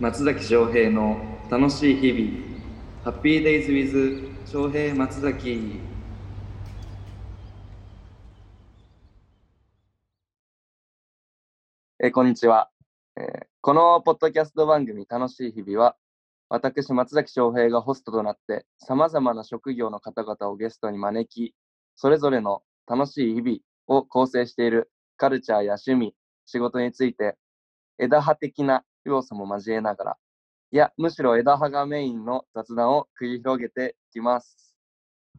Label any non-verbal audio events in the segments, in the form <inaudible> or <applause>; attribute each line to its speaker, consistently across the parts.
Speaker 1: 松崎翔平の楽しい日々ハッピーデイズウィズ翔平松崎えーこんにちは、えーこのポッドキャスト番組楽しい日々は私松崎翔平がホストとなってさまざまな職業の方々をゲストに招きそれぞれの楽しい日々を構成しているカルチャーや趣味仕事について枝葉的な要素も交えながらいや、むしろ枝葉がメインの雑談を繰り広げていきます。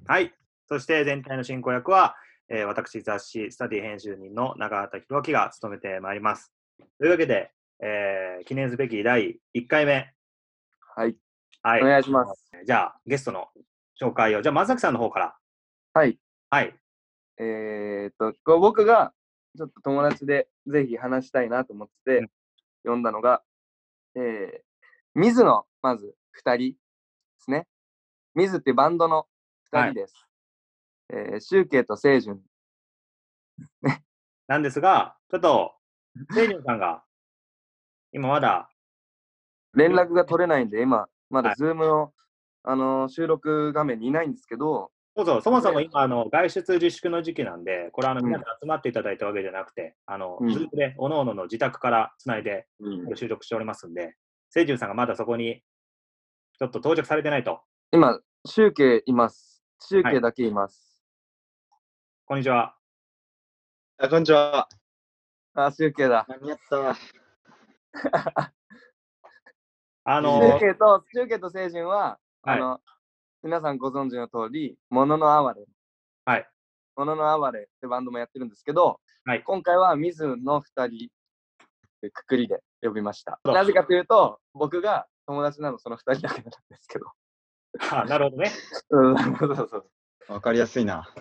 Speaker 2: はい。そして全体の進行役は、えー私、雑誌、スタディ編集人の永畑博明が務めてまいります。というわけで、えー記念すべき第1回目。
Speaker 1: はい、
Speaker 2: は
Speaker 1: お願いします。
Speaker 2: じゃあ、ゲストの紹介を。じゃあ、松崎さんの方から。
Speaker 1: はい。
Speaker 2: はい。
Speaker 1: えーっと、こう僕がちょっと友達でぜひ話したいなと思って
Speaker 2: うん
Speaker 1: 読んだのが、えー、水野、まず2人ですね。水ってバンドの2人です。えー、シュウケイと清純。
Speaker 2: なんですが、ちょっと、清純さんが、今まだ、
Speaker 1: 連絡が取れないんで、今、ま
Speaker 2: は
Speaker 1: だ
Speaker 2: い
Speaker 1: ズームの、あのー収録画面にいないんですけど、
Speaker 2: そうそう、そもそも今、あの、外出自粛の時期なんで、これ、あの、
Speaker 1: うん
Speaker 2: 皆さん集まっていただいたわけじゃなくて、あの、
Speaker 1: うん
Speaker 2: ズームで、おのおのの自宅からつないで、収録しておりますんで、清純さんがまだそこにちょっと到着されてないと。
Speaker 1: 今、シュウケイいます。シュウケイだけいます。
Speaker 2: こんにちは。
Speaker 3: あ、こんにちは。
Speaker 1: あ、集計だ。
Speaker 3: 間に合った。
Speaker 2: あ
Speaker 1: 集
Speaker 2: の、
Speaker 1: 計と、集計と成人は、
Speaker 2: は
Speaker 1: あ
Speaker 2: い
Speaker 1: の、皆さんご存知の通り、もののあわれ。
Speaker 2: はい。
Speaker 1: もののあわれってバンドもやってるんですけど、
Speaker 2: はい
Speaker 1: 今回は水の二人でくくりで呼びました。
Speaker 2: そう
Speaker 1: なぜかというと、僕が友達なのその二人だけなんですけど。
Speaker 2: あなるほどね。
Speaker 1: うん、 <laughs> そうそうそう。
Speaker 3: わかりやすいな。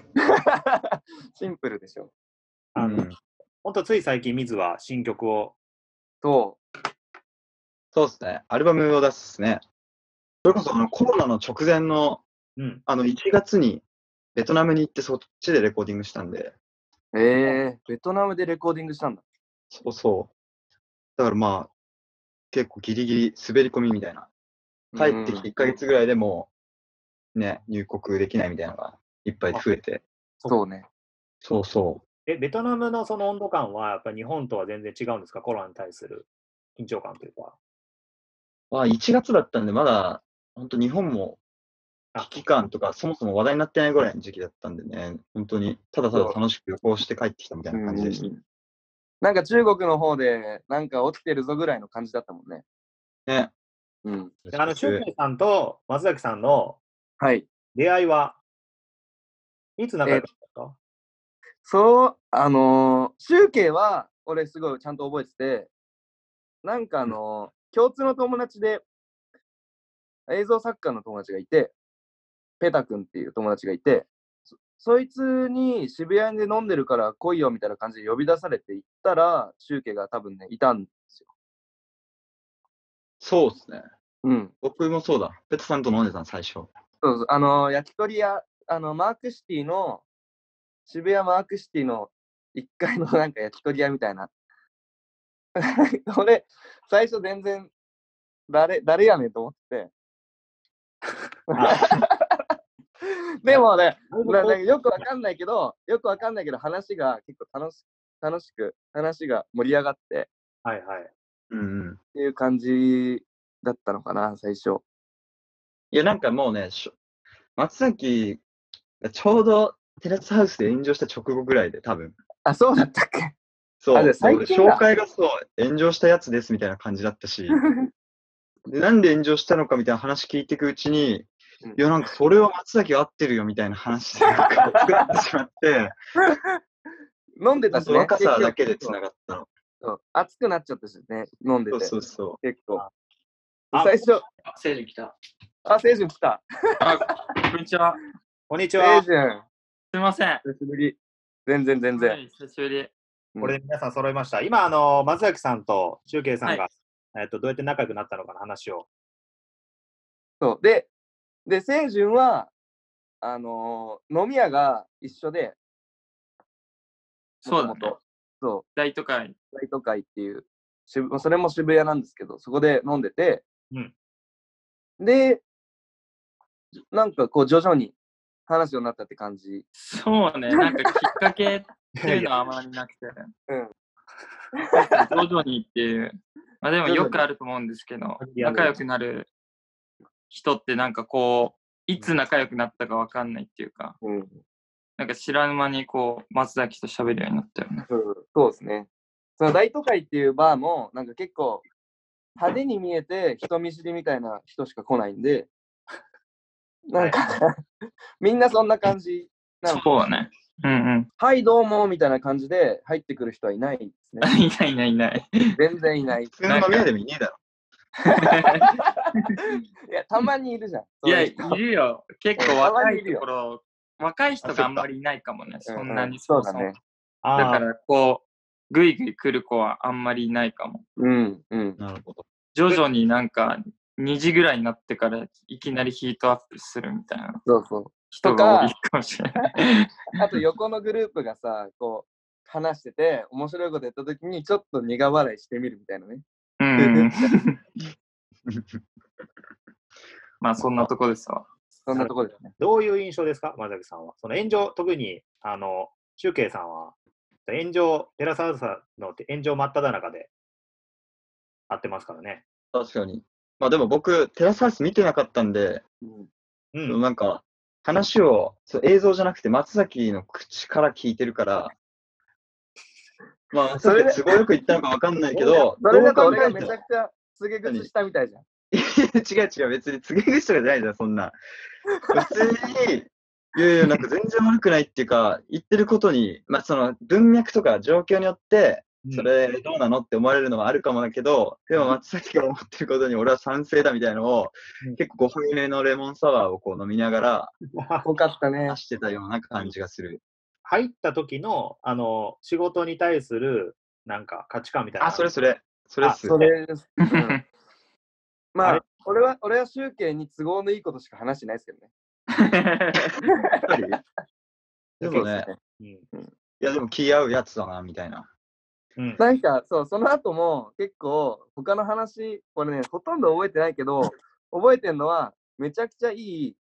Speaker 1: <laughs> シンプルでしょ。
Speaker 2: あの、
Speaker 3: うん
Speaker 2: ほんとつい最近、水は新曲を、
Speaker 1: と、
Speaker 3: そうですね。アルバムを出すっすね。それこそあのコロナの直前の
Speaker 2: うん、
Speaker 3: あの1月にベトナムに行ってそっちでレコーディングしたんで、
Speaker 1: えー、ベトナムでレコーディングしたんだ。
Speaker 3: そうそう。だからまあ、結構ギリギリ滑り込みみたいな。帰ってきて1ヶ月ぐらいでもう、ね、入国できないみたいなのがいっぱい増えて。
Speaker 1: そうね。
Speaker 3: そうそ
Speaker 2: え、ベトナムのその温度感は、やっぱり日本とは全然違うんですか、コロナに対する緊張感というか。
Speaker 3: う。まあ1月だったんでまだ、本当日本も危機感とか、そもそも話題になってないぐらいの時期だったんでね、本当にただただ楽しく旅行して帰ってきたみたいな感じでした。
Speaker 1: なんか中国の方で、なんか起きてるぞぐらいの感じだったもんね。
Speaker 3: ね。
Speaker 1: うん。
Speaker 2: であの、シュウケイさんと松崎さんの
Speaker 1: はい。
Speaker 2: 出会いは、いつ仲良かったんですか
Speaker 1: そう、あのー、集計は、俺すごいちゃんと覚えてて、なんかあのー共通の友達で、映像作家の友達がいて、ペタ君っていう友達がいて、そそいつに渋谷で飲んでるから来いよみたいな感じで呼び出されて行ったら、集計が多分ね、いたんですよ。
Speaker 3: そうですね。
Speaker 1: うん。
Speaker 3: 僕もそうだ。ペタさんと飲んでたの最初。
Speaker 1: そうそう、あのー焼き鳥屋、あの、マークシティの、渋谷マークシティの1階のなんか焼き鳥屋みたいな。 <laughs> 俺、最初全然、誰、誰やねんと思って。 <laughs> でもね、ななんかよくわかんないけど、よくわかんないけど、話が結構楽し楽しく、話が盛り上がってっ
Speaker 2: はいはい。
Speaker 3: うんうん。
Speaker 1: ていう感じだったのかな、最初。
Speaker 3: いや、なんかもうね、しょ松崎がちょうどテラスハウスで炎上した直後ぐらいで、多分。
Speaker 1: あ、そうだったっけ
Speaker 3: そう。
Speaker 1: あじゃあ最近だ
Speaker 3: 紹介がそう、炎上したやつですみたいな感じだった <laughs> し、でなんで炎上したのかみたいな話聞いていくうちに、
Speaker 1: うん
Speaker 3: いや、なんかそれは松崎が合ってるよみたいな話でなんか熱くなってしまって、
Speaker 1: 飲んでた
Speaker 3: 本
Speaker 1: し
Speaker 3: 当
Speaker 1: ね。
Speaker 3: 若さだけでつ
Speaker 1: 結
Speaker 3: な
Speaker 1: 局
Speaker 3: がったの。
Speaker 1: そう熱くなっちゃったしね、飲んで
Speaker 3: そう
Speaker 1: て。
Speaker 3: そうそ
Speaker 1: 結構。
Speaker 2: あ
Speaker 1: 最初、
Speaker 4: あ、聖人来た。
Speaker 1: あ、せいじゅん来た。
Speaker 4: こんにちは。
Speaker 2: こんにち
Speaker 1: せ。
Speaker 2: はい
Speaker 1: じゅん、
Speaker 4: すみません。
Speaker 1: 久しぶり。全然全
Speaker 4: は
Speaker 1: 然。
Speaker 4: い久しぶり。
Speaker 2: これで皆さん揃いました。今、あの、松崎さんと周慶さんが、えっと、どうやって仲良くなったのかの話を。
Speaker 1: そう。で、で、せいじゅんは、あのー飲み屋が一緒で、
Speaker 4: そうだ
Speaker 1: もとも
Speaker 4: ね
Speaker 1: と。そ
Speaker 4: 大都会。
Speaker 1: う、大都会っていう渋それも渋谷なんですけど、そこで飲んでて、
Speaker 2: うん
Speaker 1: で、なんかこう徐々に話すようになったって感じ。
Speaker 4: そ
Speaker 1: <laughs>
Speaker 4: うね、なんかきっかけっていうのはあまりなくて。
Speaker 1: うん
Speaker 4: 徐々にっていう。まあでもよくあると思うんですけど、仲良くなる人ってなんかこう、いつ仲良くなったかわかんないっていうか、
Speaker 1: うん、
Speaker 4: なんか知らぬ間にこう、松崎と喋るようになったよね。
Speaker 1: そうですね。その大都会っていうバーも、なんか結構派手に見えて人見知りみたいな人しか来ないん
Speaker 4: <laughs>
Speaker 1: で、なんか、みんなそんな感じなの。
Speaker 4: そうね。うん <laughs>
Speaker 1: はい、どうもみたいな感じで入ってくる人はいないですね
Speaker 4: う。 <laughs> ん。いないいないい
Speaker 1: <laughs>
Speaker 4: ない。
Speaker 1: 全然いない。い
Speaker 3: 普通の飲み屋でもいねえだろ。
Speaker 1: や、たまにいるじゃん。
Speaker 4: <laughs> いや、
Speaker 1: そうう
Speaker 4: い
Speaker 1: 人
Speaker 4: るよ。結構若いと
Speaker 1: <laughs>
Speaker 4: ころ、若い人
Speaker 3: あそっ
Speaker 4: が
Speaker 3: か
Speaker 4: あんまりいないかもね、そんな
Speaker 1: うう
Speaker 4: に
Speaker 1: そう
Speaker 4: そ
Speaker 1: だ
Speaker 4: も
Speaker 1: ね。
Speaker 2: あー
Speaker 4: だからこう、ぐいぐい来る子はあんまりいないかも。
Speaker 1: うん、うん。
Speaker 3: なるほど。
Speaker 4: 徐々になんか2時ぐらいになってからいきなりヒートアップするみたいな
Speaker 1: そうそ
Speaker 4: 人が多いかもしれない。
Speaker 1: う。あと横のグループがさ、こう、話してて、面白いこと言った時に、ちょっと苦笑いしてみるみたいなね。
Speaker 4: <laughs> うん。まあそんなとこですわ。
Speaker 1: そんなとこですね。
Speaker 2: どういう印象ですか、松崎さんは。その炎上、特に、あの、周慶さんは、炎上、テラサウサの炎上真っ只中で、会ってますからね。
Speaker 3: 確かに。まあでも僕、テラスハウス見てなかったんで、
Speaker 1: うん
Speaker 2: う
Speaker 3: でも
Speaker 2: ん。
Speaker 3: なんか、話をそう映像じゃなくて松崎の口から聞いてるから、まあ、松
Speaker 1: それ
Speaker 3: 崎
Speaker 1: で
Speaker 3: が都合よく言ったのかわかんないけ
Speaker 1: <laughs>
Speaker 3: ど、
Speaker 1: それだと
Speaker 3: どう考
Speaker 1: 俺は
Speaker 3: え
Speaker 1: め
Speaker 3: て
Speaker 1: ち
Speaker 3: も
Speaker 1: ゃくちゃ告げ口したみたいじゃん。
Speaker 3: いや <laughs> 違う違う、別に告げ口とかじゃないじゃん、そんな。普通に、いやいや、なんか全然悪くないっていうか、言ってることに、まあその文脈とか状況によって、それどうなのって思われるのはあるかもだけど、でも松崎が思ってることに俺は賛成だみたいなのを
Speaker 2: うん、
Speaker 3: 結構ご本命のレモンサワーをこう飲みながら
Speaker 1: よかったね。
Speaker 3: 話してたような感じがする。
Speaker 2: <laughs> 入った時の、あの、仕事に対する、なんか価値観みたいな。
Speaker 3: あ、それそれ。それっす
Speaker 1: そ。れです。
Speaker 4: <laughs>
Speaker 1: うんま
Speaker 2: あ
Speaker 1: あ
Speaker 2: れ、
Speaker 1: 俺は、俺は集計に都合のいいことしか話してないですけどね。
Speaker 3: やっぱりでもね、
Speaker 2: うん。
Speaker 3: いやでも気合うやつだな、みたいな。
Speaker 2: うん。
Speaker 1: なんか、そう、その後も結構、他の話、これね、ほとんど覚えてないけど、覚えてるのは、めちゃくちゃいい、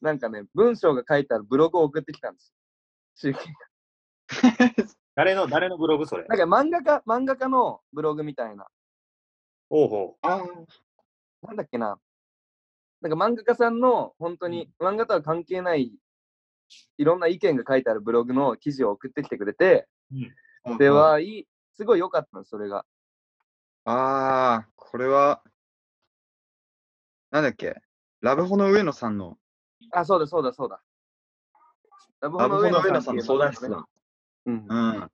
Speaker 1: なんかね、文章が書いてあるブログを送ってきたんですよ。集計
Speaker 2: 誰の、誰のブログそれ。
Speaker 1: なんか漫画家、漫画家のブログみたいな。
Speaker 2: おうほ
Speaker 3: あ
Speaker 1: なんだっけな。なんか漫画家さんの、本当に、漫画とは関係ない、いろんな意見が書いてあるブログの記事を送ってきてくれて、
Speaker 3: あ。
Speaker 1: で、はいい、すごい良かったの、それが。
Speaker 3: ああ、これは、なんだっけ、ラブホの上野さんの、
Speaker 1: あ、そうだ、そうだ、そうだ。ラブ
Speaker 3: ラブホの上野さ
Speaker 1: っ
Speaker 3: ん
Speaker 1: てい
Speaker 3: の
Speaker 1: う
Speaker 3: 相談室だ。
Speaker 1: うん
Speaker 3: う。ん。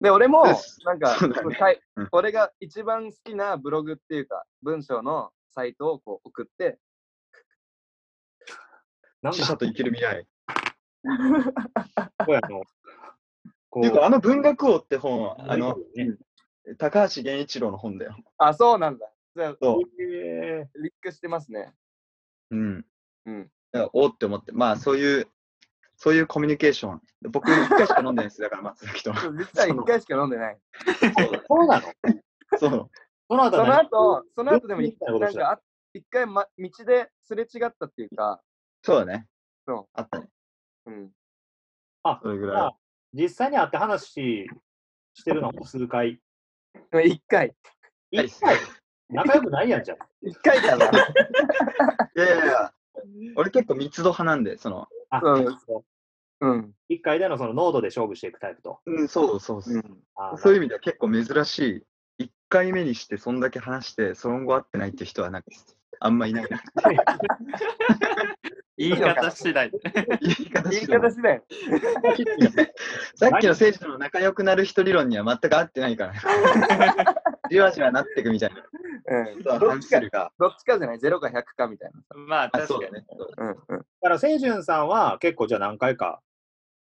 Speaker 1: で、俺も
Speaker 3: よし、
Speaker 1: なんか、
Speaker 3: そうだね
Speaker 1: かい
Speaker 3: うん
Speaker 1: 俺が一番好きなブログっていうか、文章のサイトをこう送って、
Speaker 2: う。なん
Speaker 3: 死者
Speaker 2: か、
Speaker 3: と生きる未来。
Speaker 2: こうやの、こ
Speaker 3: っていうか、あの文学王って本、あの、
Speaker 2: ね
Speaker 3: 高橋源一郎の本だよ。
Speaker 1: あ、そうなんだ。じゃあ、
Speaker 3: そう。
Speaker 2: えー
Speaker 1: リックしてますね。
Speaker 3: うん。
Speaker 1: うん。
Speaker 3: だからおーって思って、まあ、そういう、そういうコミュニケーション。僕、一回しか飲んでないです、だから、松 <laughs> 崎とは。
Speaker 1: 実は一回しか飲んでない。
Speaker 2: そうなの
Speaker 3: そう。
Speaker 2: その
Speaker 1: <laughs> そ
Speaker 2: 後
Speaker 1: の
Speaker 2: 何
Speaker 1: 後、その後でも
Speaker 2: よ
Speaker 1: 一
Speaker 2: く見たよ
Speaker 1: なんかあ、一回、ま、道ですれ違ったっていうか、
Speaker 3: そうだね。
Speaker 1: そう
Speaker 3: あったね。
Speaker 1: うん。
Speaker 3: それぐ
Speaker 2: ま
Speaker 3: ら
Speaker 2: あ実際に会って話してるのも数回。
Speaker 1: でも一回。
Speaker 3: い。はいっ
Speaker 2: 一
Speaker 3: すね
Speaker 2: 回仲良くないやんじゃん。
Speaker 1: 一回か <laughs> な。
Speaker 3: いやいやいや、俺結構密度派なんで、その、
Speaker 2: あ
Speaker 1: うんうん。。
Speaker 2: 一回でのその濃度で勝負していくタイプと。
Speaker 3: うん、そうそうそううん
Speaker 2: あー
Speaker 3: そういう意味では結構珍しい。1回目にしてそんだけ話して、その後会ってないっていう人はなんかあんまいないな。
Speaker 2: <laughs>
Speaker 4: 言い方次第。
Speaker 3: 言い方
Speaker 1: 言い
Speaker 3: 次第
Speaker 1: 方次第。
Speaker 3: さっきの聖治との仲良くなる人理論には全く合ってない <laughs> から。じわじわなっていくみたいな。
Speaker 1: うん。
Speaker 3: そう
Speaker 1: どっ
Speaker 3: 反
Speaker 1: ちか
Speaker 3: す、るが。
Speaker 1: どっちかじゃない、0か100かみたいなさ。
Speaker 4: まあ
Speaker 3: あ、
Speaker 4: 確
Speaker 3: そう
Speaker 4: か
Speaker 3: だ
Speaker 4: に。
Speaker 3: ね。そう
Speaker 1: うんうん。
Speaker 2: だから、清純さんは結構じゃあ何回か。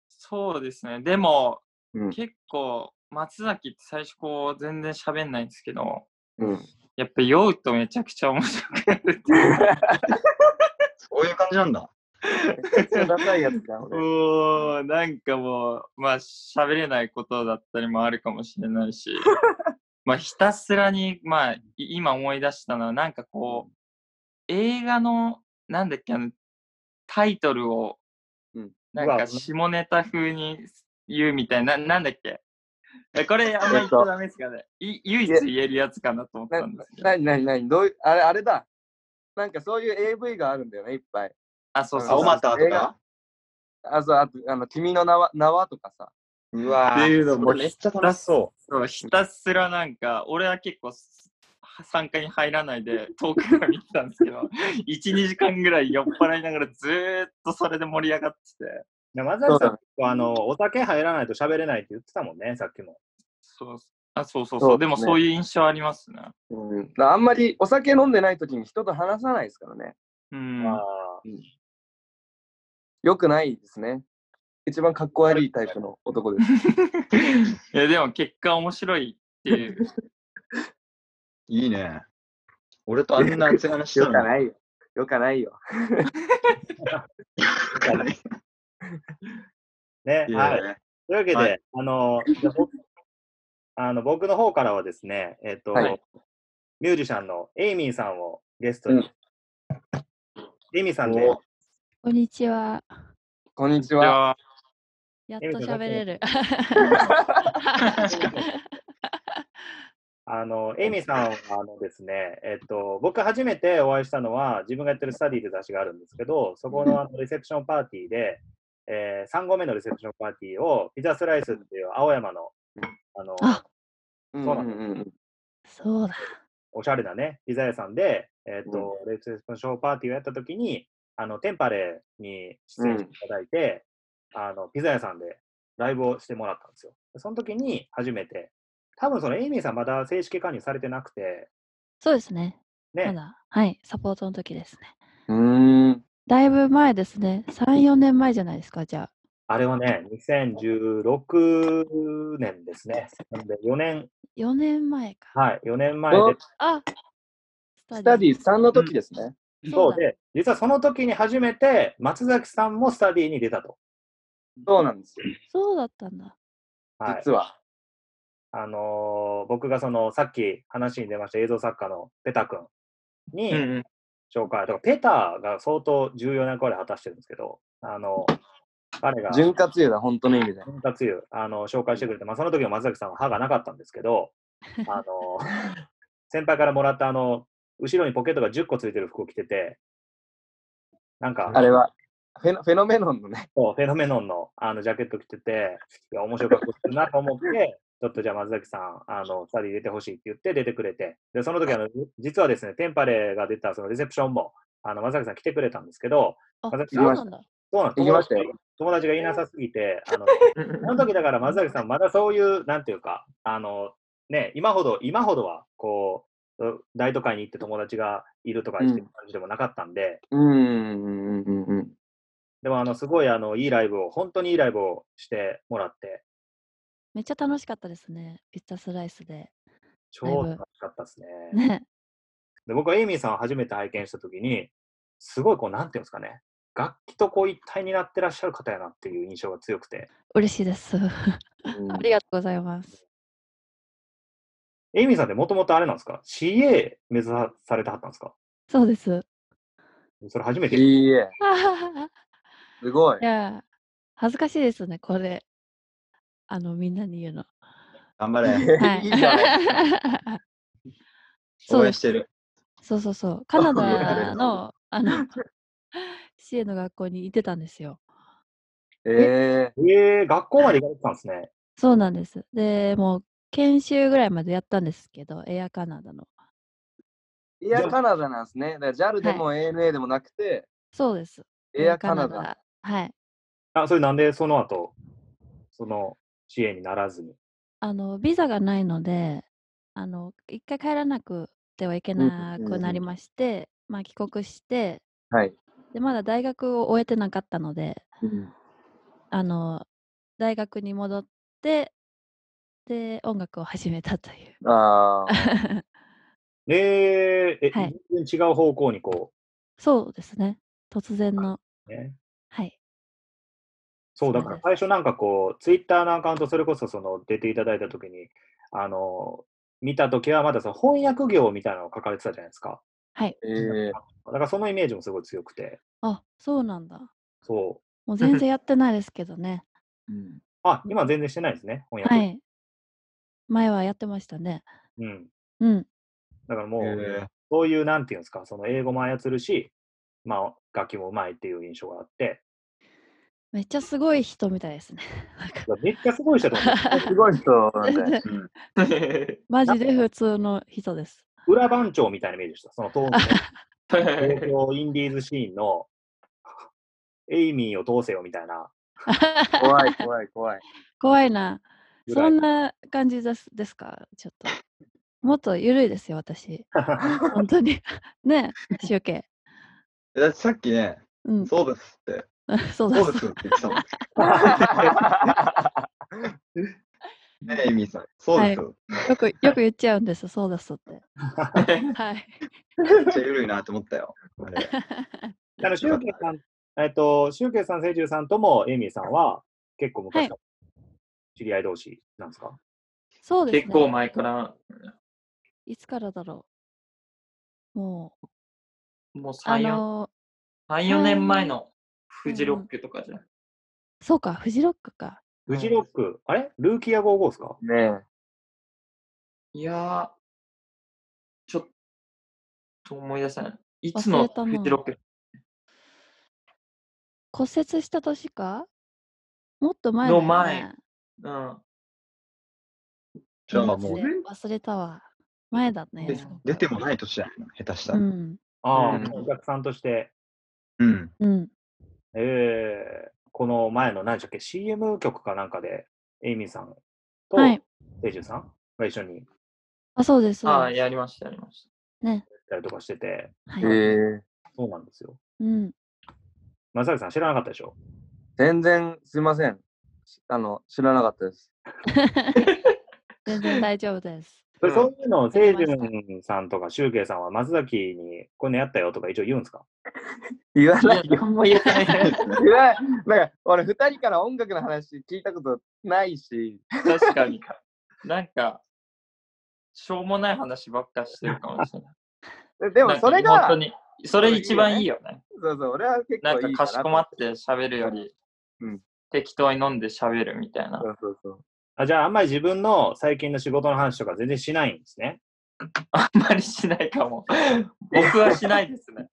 Speaker 4: そうですね。でも、
Speaker 1: うん
Speaker 4: 結構松崎って最初こう全然喋んないんですけど、
Speaker 1: うん、
Speaker 4: やっぱ酔うとめちゃくちゃ面白くなる。
Speaker 3: そういう感じなんだ。
Speaker 1: ダサいやつだ、俺。
Speaker 4: おーなんかもう、まあ、喋れないことだったりもあるかもしれないし、まあ、ひたすらに、まあ、い今思い出したのは、なんかこう、映画の、なんだっけ、あの、タイトルを
Speaker 1: うん、
Speaker 4: なん
Speaker 2: うわ
Speaker 4: か下ネタ風に言うみたいな、ななんだっけ。えこれ、あんま言っちゃダメですかね。い唯一言えるやつかなと思っ
Speaker 1: な
Speaker 4: たんですけど。
Speaker 1: なになになにどういう、あれ、あれだ。なんかそういう AV があるんだよね、いっぱい。
Speaker 4: あ、そう
Speaker 3: あ、
Speaker 4: そ
Speaker 3: オ
Speaker 4: うそ
Speaker 3: マ
Speaker 4: う。
Speaker 3: ター
Speaker 1: 映
Speaker 3: と
Speaker 1: 画
Speaker 3: か
Speaker 1: あ、そう、あと、あの、君の名は名はとかさ。
Speaker 3: うわ
Speaker 4: っていうの
Speaker 3: ぁ、
Speaker 4: も
Speaker 3: それめっちゃ楽しそ
Speaker 4: そうひたすらなんか、俺は結構す参加に入らないで遠くから見てたんですけど、1、2時間ぐらい酔っ払いながらずーっとそれで盛り上がってて、
Speaker 2: で松崎さん、あの、お酒入らないと喋れないって言ってたもんね、さっきも。
Speaker 4: そうあそうそう
Speaker 1: そ
Speaker 4: そうう、
Speaker 1: で
Speaker 4: で
Speaker 1: ね
Speaker 4: すもそういう印象ありますね。
Speaker 1: うん、だあんまりお酒飲んでない時に人と話さないですからね。
Speaker 4: うん。
Speaker 2: あ
Speaker 1: よくないですね。一番かっこ悪いタイプの男です。
Speaker 4: いやでも結果面白いって <laughs> いう。
Speaker 3: う。いいね。俺とあんな熱い話した
Speaker 1: よ
Speaker 3: の
Speaker 1: く
Speaker 3: に
Speaker 1: ないよ。よくないよ。
Speaker 2: ー
Speaker 3: い
Speaker 2: ね、
Speaker 3: い
Speaker 2: はい。
Speaker 3: ね。
Speaker 2: というわけで、
Speaker 3: は
Speaker 2: あの、じゃあ僕 <laughs> あの僕の方からはですね、えっ、と、
Speaker 1: はい
Speaker 2: ミュージシャンのエイミーさんをゲストに、
Speaker 1: うん
Speaker 2: エイミーさんで、
Speaker 3: お
Speaker 5: こんにちは。
Speaker 1: こんにち
Speaker 4: で
Speaker 1: は。
Speaker 4: は、
Speaker 5: やっ
Speaker 2: エミ
Speaker 5: と
Speaker 2: さん
Speaker 5: 喋れる。
Speaker 2: あの、エイミーさんはあのですね、えっと、僕初めてお会いしたのは、自分がやってるスタディという雑誌があるんですけど、そこのあのレセプションパーティーで、えー、3合目のレセプションパーティーを、ピザスライスっていう青山の、あの、
Speaker 5: あ
Speaker 1: う
Speaker 2: そうなんで
Speaker 1: んうん
Speaker 5: そうだ。
Speaker 2: おしゃれなね、ピザ屋さんで、えっ、と、レセプションパーティーをやった時に、あの、テンパレーに出演していただいて、あの、ピザ屋さんでライブをしてもらったんですよ。でその時に初めて、多分そのエイミーさんまだ正式加入されてなくて、
Speaker 5: そうですね。
Speaker 2: ね
Speaker 5: まだ。はい。サポートの時ですね。
Speaker 1: うん。うーん。
Speaker 5: だいぶ前ですね。3、4年前じゃないですか、じゃあ。
Speaker 2: あれはね、2016年ですね。なんで4年、
Speaker 5: 4年前か。
Speaker 2: はい、4年前
Speaker 1: この
Speaker 2: で、
Speaker 5: あス
Speaker 1: スタデ
Speaker 5: ィ。
Speaker 1: ィ3の時ですね。
Speaker 5: そ
Speaker 2: そうう
Speaker 5: だ。
Speaker 2: で、実はその時に初めて松崎さんもスタディに出たと。
Speaker 1: そうなんですよ。
Speaker 5: そうだったんだ。
Speaker 2: はい、
Speaker 1: 実は。
Speaker 2: あのー僕がそのさっき話に出ました映像作家のペタ君に
Speaker 4: うんうん。
Speaker 2: 紹介、だからペタが相当重要な役割を果たしてるんですけど、あの彼が潤
Speaker 1: 潤滑油だ、本当の意味で。
Speaker 2: 滑油あの紹介してくれて、まあ、その時は松崎さんは歯がなかったんですけ
Speaker 1: <laughs>
Speaker 2: ど、あのー先輩からもらったあの後ろにポケットが10個ついてる服を着てて、なんか
Speaker 1: あれはフェノ、フェノメノンのね。
Speaker 2: そうフェノメノンのあのジャケット着てて、いや、面白かったなと思って、ちょっとじゃあ松崎さん、あの、二人出てほしいって言って出てくれて、で、その時あの、実はですね、テンパレが出たそのレセプションも、あの、松崎さん来てくれたんですけど、
Speaker 5: あ、
Speaker 2: 私
Speaker 5: そうなんだ。
Speaker 2: そうなん
Speaker 1: 行きましたよ。
Speaker 2: 友達がいなさすぎて、あの、その時だから松崎さん、まだそういう、なんていうか、あの、ね、今ほど、今ほどは、こう、う大都会に行って友達がいるとかっていう感じでもなかったんで、
Speaker 1: うーん。うんうんうん
Speaker 2: でもあのすごいあのいいライブを、本当にいいライブをしてもらって、
Speaker 5: めっちゃ楽しかったですね。ピッツァスライスで。 <laughs>
Speaker 2: 超
Speaker 5: ライブ
Speaker 2: 楽しかったですね。
Speaker 5: ね。
Speaker 2: で僕はエイミーさんを初めて拝見したときに、すごいこう、なんていうんですかね、楽器とこう一体になってらっしゃる方やなっていう印象が強くて、
Speaker 5: 嬉しいです。
Speaker 1: うん
Speaker 5: ありがとうございます。
Speaker 2: エイミーさんってもともとあれなんですか、CA 目指されてはったんですか
Speaker 5: そうです。 <laughs>
Speaker 2: それ初
Speaker 1: う
Speaker 2: め
Speaker 1: ん。
Speaker 2: て聞い
Speaker 1: いいえ。
Speaker 5: あははは
Speaker 1: すごい
Speaker 5: い。や、恥ずかしいですね、これ。あの、みんなに言うの。
Speaker 3: 頑張れ。
Speaker 5: はい
Speaker 1: <laughs> いいじゃない。
Speaker 5: い。 <laughs> そ
Speaker 3: 応
Speaker 5: う
Speaker 3: 援
Speaker 5: で
Speaker 3: し
Speaker 5: す。
Speaker 3: てる。
Speaker 5: そうそうそう。カナ
Speaker 1: や
Speaker 5: ダの、あの、市営の学校に行ってたんですよ。
Speaker 1: え
Speaker 2: た。えー、学校まで行かれてたんですね。
Speaker 5: そうなんです。で、もう、研修ぐらいまでやったんですけど、エアカナダの。
Speaker 1: ー、エアカナダなんですね。だから JAL でも ANA でもなくて、
Speaker 5: そうです。
Speaker 1: エアカナダ。。
Speaker 5: はい。
Speaker 2: <laughs> あ、それなんでその後、その CA にならずに。
Speaker 5: あの、ビザがないので、あの、一回帰らなくてはいけなくなりまして、まあ、帰国して、
Speaker 1: はい。
Speaker 5: で、まだ大学を終えてなかったので、
Speaker 1: うん
Speaker 5: あの、大学に戻って、で、音楽を始めたという。
Speaker 1: ああ。
Speaker 2: えー、え、
Speaker 5: はい
Speaker 2: 全然違う方向にこ
Speaker 5: そうですね。突然の。
Speaker 2: う、ね、
Speaker 5: はい。
Speaker 2: そう、
Speaker 5: そ
Speaker 2: だ
Speaker 5: う
Speaker 2: から
Speaker 5: です
Speaker 2: 最初なんかこう、ツイッターのアカウント、それこそその出ていただいたときに、あの、見た時は、まだその翻訳業みたいなのが書かれてたじゃないですか。
Speaker 5: はい。
Speaker 1: えー、
Speaker 2: だからそのイメージもすごい強くて。
Speaker 5: あ、そうなんだ。
Speaker 2: そう。
Speaker 5: もう全然やってないですけどね。
Speaker 1: うん
Speaker 2: あ、今全然してないですね、翻訳。
Speaker 5: はい。前はやってましたね。
Speaker 2: うん。
Speaker 5: うん。
Speaker 2: だからもう、
Speaker 3: えー
Speaker 2: そういう、なんていうんですか、その英語も操るし、まあ、楽器もうまいっていう印象があって、
Speaker 5: めっちゃすごい人みたいですね。 <laughs> なんか
Speaker 2: いやめっちゃすごい人だと思う。
Speaker 1: <laughs>
Speaker 3: すごい人なんだよ。うん
Speaker 5: マジで普通の人です。 <laughs>
Speaker 2: 裏番長みたいなイメージでした。その当時の東京インディーズシーンの、エイミーを通せよみたいな
Speaker 1: 怖い怖い <laughs> 怖い。
Speaker 5: 怖いな。
Speaker 2: ぐら
Speaker 5: そ
Speaker 2: い
Speaker 5: んな感じですですかちょっと。もっと緩いですよ、私。本当に。 <laughs> ねえ、集計。
Speaker 3: えだってさっきね、
Speaker 5: うん。
Speaker 3: そうですって、
Speaker 5: <laughs> そうで
Speaker 3: そうで
Speaker 5: す
Speaker 3: す。って言ってたもん。ねえ、エイミーさん。そうですよ。
Speaker 5: よく、よく言っちゃうんです。そうですって。はい。 <laughs>
Speaker 3: めっちゃ緩いなと思ったよ。あれ
Speaker 2: あの、シュウケイさん、えっと、シュウケイさん、セイジュウさんとも、エイミーさんは、結構昔から知り合い同士なんですか、
Speaker 5: そうですね。
Speaker 4: 結構前から、
Speaker 5: いつからだろう。もう、
Speaker 4: もう
Speaker 5: あ
Speaker 4: 3、4
Speaker 5: の
Speaker 4: 3 4年前のフジロックとかじゃん。
Speaker 5: ーそうか、フジロックか。
Speaker 2: フジロック、あれルーキア55ですか
Speaker 1: ねえ。
Speaker 4: いやー、ちょっと思い出せない。いつ
Speaker 5: 忘
Speaker 4: の
Speaker 5: れたな
Speaker 4: フジロック
Speaker 5: 骨折した年かもっと前だよ
Speaker 4: の
Speaker 5: ね
Speaker 4: 前うん。
Speaker 3: じゃあ
Speaker 5: マジ
Speaker 3: もう
Speaker 5: で、忘れたわ。前だね。
Speaker 3: です
Speaker 5: ごく
Speaker 3: 出てもない年やん、下手した
Speaker 5: う
Speaker 3: ら。
Speaker 5: ん。
Speaker 2: ああ、
Speaker 1: うん
Speaker 2: お客さんとして、
Speaker 3: うん。
Speaker 5: うん。
Speaker 2: えー、この前の何でしたっけ CM 曲かなんかでエイミーさんと
Speaker 5: はい。
Speaker 2: セイジュウさんが一緒にやっ
Speaker 5: あ、そうです。そう
Speaker 4: ああ、
Speaker 5: です
Speaker 4: やりました、やりました。
Speaker 5: ね。
Speaker 2: たりとかしてて
Speaker 5: は
Speaker 1: え
Speaker 5: い。
Speaker 1: ー、
Speaker 2: そうなんですよ
Speaker 5: うん。
Speaker 2: 松崎さん知らなかったでしょ
Speaker 1: 全然すいません。あの、知らなかったです。
Speaker 5: 全然大丈夫です。 <laughs>
Speaker 2: それ
Speaker 4: うん
Speaker 2: そういうのをセイジュンさんとかシュウケイさんは松崎にこういうのやったよとか一応言うんですか
Speaker 1: 言わない
Speaker 4: いや、何も言えない。
Speaker 1: 言わない。なんか、俺、二人から音楽の話聞いたことないし、
Speaker 4: 確か <laughs> に。なんか、しょうもない話ばっかしてるかもしれない。
Speaker 1: <laughs> で
Speaker 4: で
Speaker 1: もそれが、
Speaker 4: 本当に、それ一番いいよね。
Speaker 1: そうそう、俺は結構
Speaker 4: なん
Speaker 1: いい
Speaker 4: か
Speaker 1: か
Speaker 4: か
Speaker 1: な
Speaker 4: しこまって喋るより、
Speaker 1: うん
Speaker 4: 適当に飲んで喋るみたいな <laughs>
Speaker 1: そ。うそうそう。
Speaker 2: あじゃああんまり自分の最近の仕事の話とか全然しないんですね
Speaker 4: あんまりしないかも。僕はしないですね。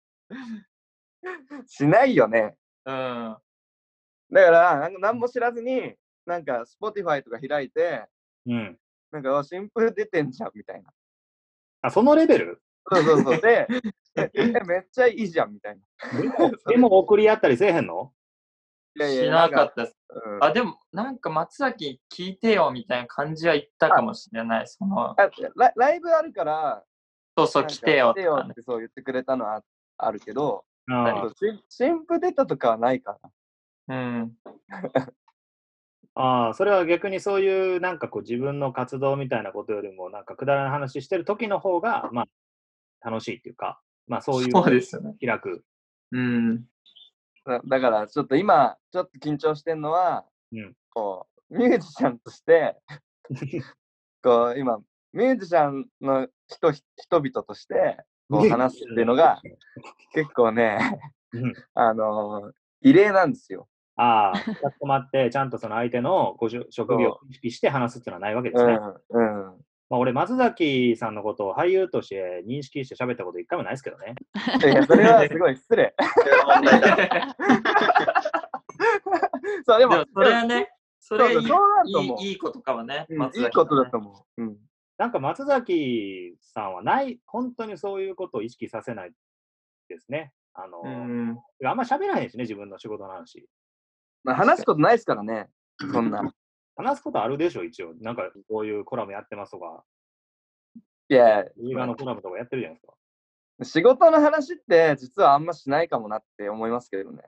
Speaker 1: しないよね。
Speaker 4: うん。
Speaker 1: だから、なんか何も知らずに、なんか、Spotify とか開いて、
Speaker 2: うん
Speaker 1: なんか、あ新風出てんじゃん、みたいな。
Speaker 2: あそのレベル
Speaker 1: そうそうそう。
Speaker 4: <laughs>
Speaker 1: で、ええめっちゃいいじゃん、みたいな。<laughs>
Speaker 2: でもでも送り合ったりせえへんの
Speaker 1: いやいや
Speaker 4: しなかったです。
Speaker 1: うん
Speaker 4: あ、でも、なんか松崎聞いてよみたいな感じは言ったかもしれない。その、
Speaker 1: あラライブあるから、
Speaker 4: そうそう、
Speaker 1: なんか
Speaker 4: 来てよ
Speaker 1: 来て
Speaker 4: と
Speaker 1: よ
Speaker 4: か
Speaker 1: っ
Speaker 4: ね。
Speaker 1: てそう言ってくれたのはあるけど、
Speaker 2: あー
Speaker 1: そうし新婦出たとかはないか
Speaker 4: うん。
Speaker 2: あーそれは逆にそういうなんかこう自分の活動みたいなことよりもなんかくだらない話してる時の方がまあ楽しいっていうかまあそういう
Speaker 4: そうですよね。
Speaker 2: 開く。
Speaker 1: <laughs>
Speaker 4: うん。
Speaker 1: な。だだから、ちょっと今、ちょっと緊張してんのは、
Speaker 2: うん
Speaker 1: こう、ミュージシャンとして、
Speaker 4: <laughs>
Speaker 1: こう、今、ミュージシャンの人人々として、こう話すっていうのが、結構ね、
Speaker 2: うん
Speaker 1: あのー異例なんですよ。
Speaker 2: <laughs> ああ、かしこまって、ちゃんとその相手のご職職業を意識して話すっていうのはないわけで
Speaker 1: う
Speaker 2: す
Speaker 1: ん、
Speaker 2: ね。
Speaker 1: うん。
Speaker 4: <laughs>
Speaker 2: まあ、俺、松崎さんのことを俳優として認識して喋ったこと一回もないですけどね。
Speaker 1: いや、それはすごい失礼。 <laughs>
Speaker 3: それは問題だ。
Speaker 1: そう、で
Speaker 4: で
Speaker 1: も、
Speaker 4: も、それはね、それはい
Speaker 1: そうそうそうなる
Speaker 4: い
Speaker 1: と思う
Speaker 4: いいいいことかもね。
Speaker 1: うん
Speaker 4: 松
Speaker 1: い
Speaker 4: 崎
Speaker 1: いことだと思う。うん。
Speaker 2: なんか松崎さんはない、本当にそういうことを意識させないですね。あの、
Speaker 4: うん。
Speaker 2: あんま喋らないですね、自分の仕事の話。
Speaker 1: まあ、話すことないですからね、そんな。
Speaker 2: 話すことあるでしょ、一応。なんか、こういうコラムやってますとか、
Speaker 1: いや、
Speaker 2: 映画のコラムとかやってるじゃないですか。
Speaker 1: 仕事の話って実はあんましないかもなって思いますけどね。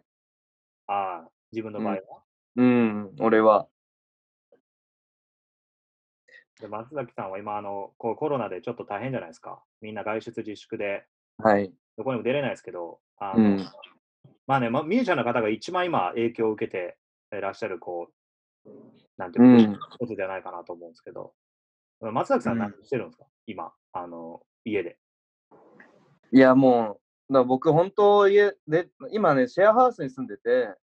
Speaker 2: ああ、自分の場合は。
Speaker 1: うん、俺は。
Speaker 2: で松崎さんは今、あの、こうコロナでちょっと大変じゃないですか。みんな外出自粛で。
Speaker 1: はい。
Speaker 2: どこにも出れないですけど、あ
Speaker 1: う
Speaker 2: の
Speaker 1: ん。
Speaker 2: まあね、ま、ミュージシャンの方が一番今影響を受けていらっしゃる、こう、なんていう
Speaker 1: う
Speaker 2: の
Speaker 1: ん
Speaker 2: ことじゃないかなと思うんですけど、松崎さん
Speaker 3: うん
Speaker 2: 何してるんですか、今、あの、家で。
Speaker 1: いや、もう、だから僕、本当家で、今ね、シェアハウスに住んでて、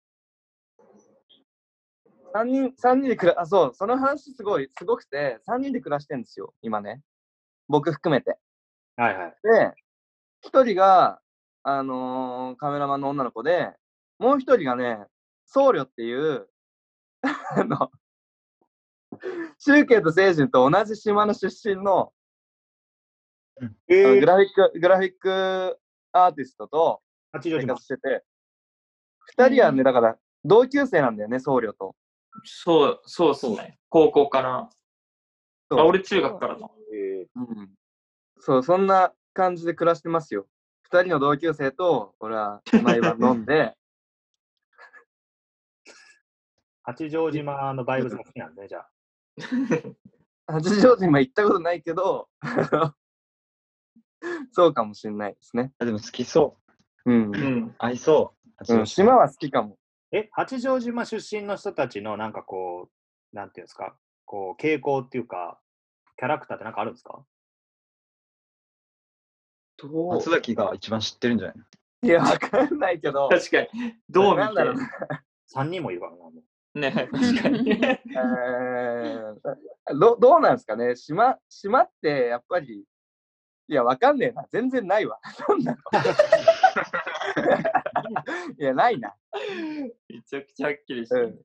Speaker 1: 3人、三人で暮ら、あ、そう、その話すごい、すごくて、3人で暮らしてるんですよ、今ね。僕含めて。
Speaker 2: はいはい。
Speaker 1: で、1人が、あのーカメラマンの女の子で、もう1人がね、僧侶っていう、 <laughs> あの、宗慶と聖人と同じ島の出身の、
Speaker 2: え
Speaker 1: あの
Speaker 2: ー
Speaker 1: グ、ラフィック、グラフィックアーティストと
Speaker 2: 八丈
Speaker 1: 生
Speaker 2: 島
Speaker 1: 活。してて、二人はね、だから、同級生なんだよね、僧侶と。
Speaker 4: そう、そうそうね。高校から。
Speaker 1: そう
Speaker 4: あ、俺中学からだ。
Speaker 2: えー
Speaker 1: うん。そう、そんな感じで暮らしてますよ。二人の同級生と、俺は毎晩飲んで、
Speaker 2: 八丈島のバイブスが好きなんで、ね、じゃあ。
Speaker 1: 八丈島行ったことないけど、 <laughs> そうかもしれないですね。
Speaker 3: あでも好きそう。
Speaker 1: うん。
Speaker 4: <laughs> うん。
Speaker 3: 合いそう。八
Speaker 1: う
Speaker 3: 丈
Speaker 1: ん、
Speaker 3: 島
Speaker 1: 島は好きかも。
Speaker 2: え、八丈島出身の人たちの、なんかこう、なんていうんですか、こう、傾向っていうか、キャラクターってなんかあるんですか
Speaker 4: どう
Speaker 3: 松崎が一番知ってるんじゃないの
Speaker 1: いや、わかんないけど、
Speaker 4: 確かに。どう
Speaker 1: なん
Speaker 4: 見
Speaker 1: だろう
Speaker 4: て。
Speaker 2: 三人もいるからな、もう。
Speaker 4: <laughs> ね、確かに。
Speaker 1: えーどどうなんですかね島島ってやっぱりいやわかんねえな全然ないわ <laughs> そんなの <laughs> いやないな、
Speaker 4: めちゃくちゃはっきりして
Speaker 1: うん
Speaker 4: る。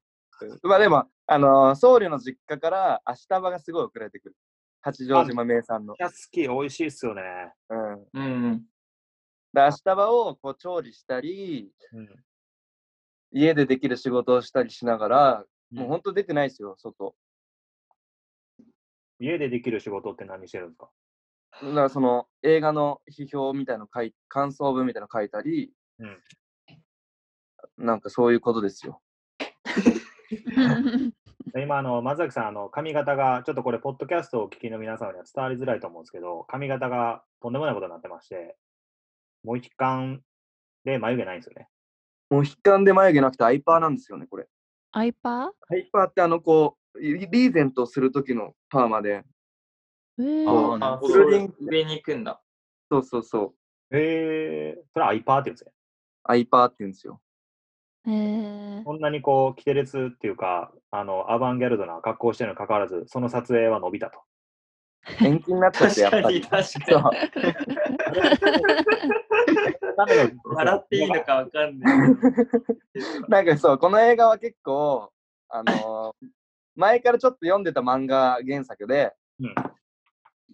Speaker 1: うんまあでもあのー僧侶の実家から足束がすごい送られてくる八丈島名産の、
Speaker 2: キャスキー美味しいっすよね。
Speaker 1: うん、
Speaker 4: うん。
Speaker 1: で足束をこう調理したり
Speaker 2: うん。
Speaker 1: 家でできる仕事をしたりしながらもう
Speaker 2: うん
Speaker 1: ほんと出てないですよ外
Speaker 2: 家でできる仕事って何してるんですか
Speaker 1: だからその映画の批評みたいなの書い感想文みたいなの書いたり、
Speaker 2: うん
Speaker 1: なんかそういうことですよ。
Speaker 2: 今、あの、松崎さん、あの、髪型が、ちょっとこれ、ポッドキャストをお聞きの皆様には伝わりづらいと思うんですけど、髪型がとんでもないことになってまして、モヒカンで眉毛ないんですよね。
Speaker 1: もう悲観で眉毛なくてアイパーなんですよね、これ。
Speaker 5: アイパ
Speaker 1: アイパーってあのこう、リリーゼントする時のパーマで、
Speaker 5: ーえ
Speaker 3: あ
Speaker 5: ー
Speaker 3: ーなる
Speaker 4: あ、
Speaker 3: ほ
Speaker 4: そ
Speaker 3: ど
Speaker 4: れ上に行くんだ。
Speaker 1: そうそうそう、
Speaker 2: へえー、それはアイパーって言うんですね。
Speaker 1: アイパーって言うんですよ。
Speaker 5: えー
Speaker 2: こんなにこう、キテレツっていうか、あの、アバンギャルドな格好をしてるにもかかわらず、その撮影は伸びたと。
Speaker 1: 延期になっちゃって、
Speaker 4: 確
Speaker 1: やっ
Speaker 4: か
Speaker 1: ぱ
Speaker 4: に、
Speaker 1: り。
Speaker 4: 確
Speaker 1: そう
Speaker 4: かに。笑っていいのかわかんないけ
Speaker 1: <laughs>
Speaker 4: ど。
Speaker 1: なんかそう、この映画は結構、あのー前からちょっと読んでた漫画原作で、
Speaker 2: うん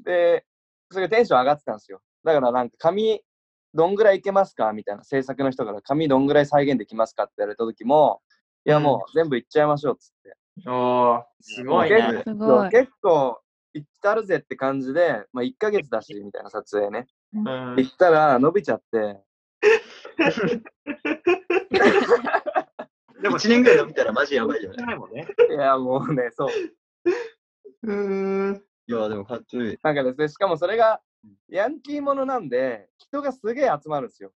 Speaker 1: で、それがテンション上がってたんですよ。だからなんか、髪どんぐらいいけますかみたいな、制作の人から、髪どんぐらい再現できますかって言われた時も、いやもう全部いっちゃいましょうっつって。
Speaker 4: <laughs> おー、すごいね。
Speaker 5: す
Speaker 1: そ
Speaker 5: ご
Speaker 1: う
Speaker 5: い。
Speaker 1: 結構行ったるぜって感じで、まあ、1ヶ月だしみたいな撮影ね
Speaker 4: うん
Speaker 1: 行ったら伸びちゃって
Speaker 2: でも、
Speaker 3: 一年ぐらい伸びたらマジやばいよね。
Speaker 2: ないもんね。
Speaker 1: いやもうねそう
Speaker 4: うん。
Speaker 3: いや、でもかっちょいい。
Speaker 1: なんかですねしかもそれがヤンキーものなんで人がすげえ集まるんですよ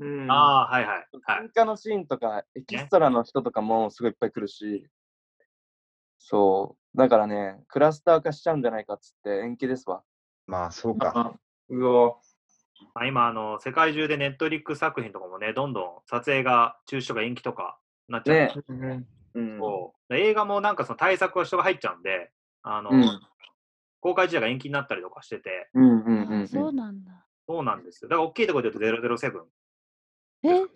Speaker 4: うん。
Speaker 2: ああ、はいはい。はい
Speaker 1: 喧嘩のシーンとかエキストラの人とかもすごいいっぱい来るしそうだからねクラスター化しちゃうんじゃないかっつって延期ですわ
Speaker 3: まあ、そうか。
Speaker 4: あうお
Speaker 2: まあ、今あの、世界中でネットリック作品とかもね、どんどん撮影が中止とか延期とかなっちゃう、
Speaker 1: ね
Speaker 4: うん
Speaker 1: うん
Speaker 2: そう映画もなんかその対策は人が入っちゃうんで、あの
Speaker 1: うん
Speaker 2: 公開時代が延期になったりとかしてて、
Speaker 1: うんうんうんう
Speaker 5: あ
Speaker 1: ん
Speaker 5: そうなんだ。
Speaker 2: そうなんですよ。だから大きいところで言うと007、
Speaker 5: え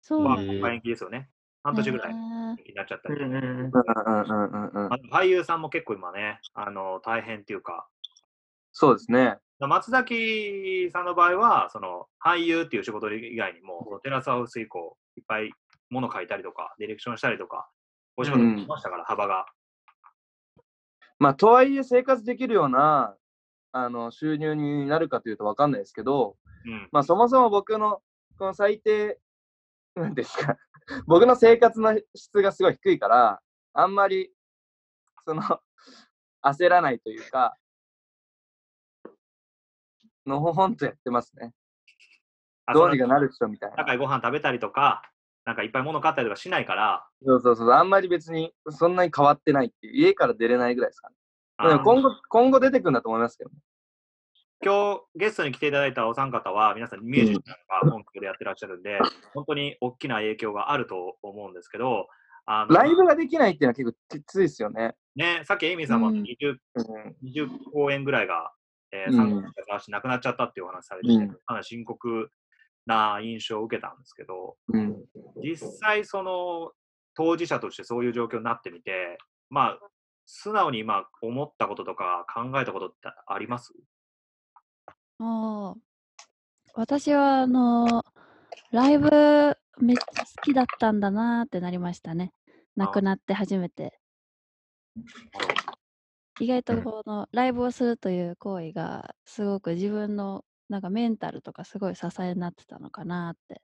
Speaker 5: そう
Speaker 2: まあ、
Speaker 5: なんだ。
Speaker 2: 公開延期ですよね。半年ぐらい
Speaker 5: え
Speaker 2: 延
Speaker 5: ー
Speaker 2: 期になっちゃった
Speaker 4: う
Speaker 2: りとか。
Speaker 4: ん。
Speaker 1: うんうんうんうんうん
Speaker 2: まあ、俳優さんも結構今ね、あの大変っていうか、
Speaker 1: そうですね
Speaker 2: 松崎さんの場合は、その俳優っていう仕事以外にも、テラスハウス以降、いっぱい物書いたりとか、ディレクションしたりとか、お仕事
Speaker 1: うん
Speaker 2: しましたから、幅が。
Speaker 1: まあ、とはいえ生活できるようなあの収入になるかというと分かんないですけど、
Speaker 2: うん
Speaker 1: まあ、そもそも僕のこの最低、なんですか、僕の生活の質がすごい低いから、あんまり、その、焦らないというか、のほほんとやってますね。
Speaker 2: あ
Speaker 1: どうにか
Speaker 2: その
Speaker 1: なる人みたいな。
Speaker 2: 高いご飯食べたりとか、なんかいっぱい物買ったりとかしないから、
Speaker 1: そうそうそう、あんまり別にそんなに変わってないっていう、家から出れないぐらいですかね。うん
Speaker 2: あ
Speaker 1: 今後、今後出てくるんだと思いますけどね。
Speaker 2: 今日ゲストに来ていただいたお三方は、皆さんミュージックとか音楽でやってらっしゃるんで、本当に大きな影響があると思うんですけど、あの
Speaker 1: ライブができないっていうのは結構きついですよね。
Speaker 2: ね、さっきエイミーさんも
Speaker 5: うん
Speaker 2: 20,
Speaker 1: うん。
Speaker 2: 20公演ぐらいが、えー、
Speaker 1: うん
Speaker 2: 参加者がなくなっちゃったっていうお話されてて、
Speaker 1: うん
Speaker 2: かなり深刻な印象を受けたんですけど、
Speaker 1: うん。
Speaker 2: 実際その当事者としてそういう状況になってみて、まあ、素直に今思ったこととか考えたことってあります
Speaker 5: ああ私はあのライブめっちゃ好きだったんだなーってなりましたね亡くなって初めて意外と
Speaker 3: うん
Speaker 5: このライブをするという行為がすごく自分のなんかメンタルとかすごい支えになってたのかなーって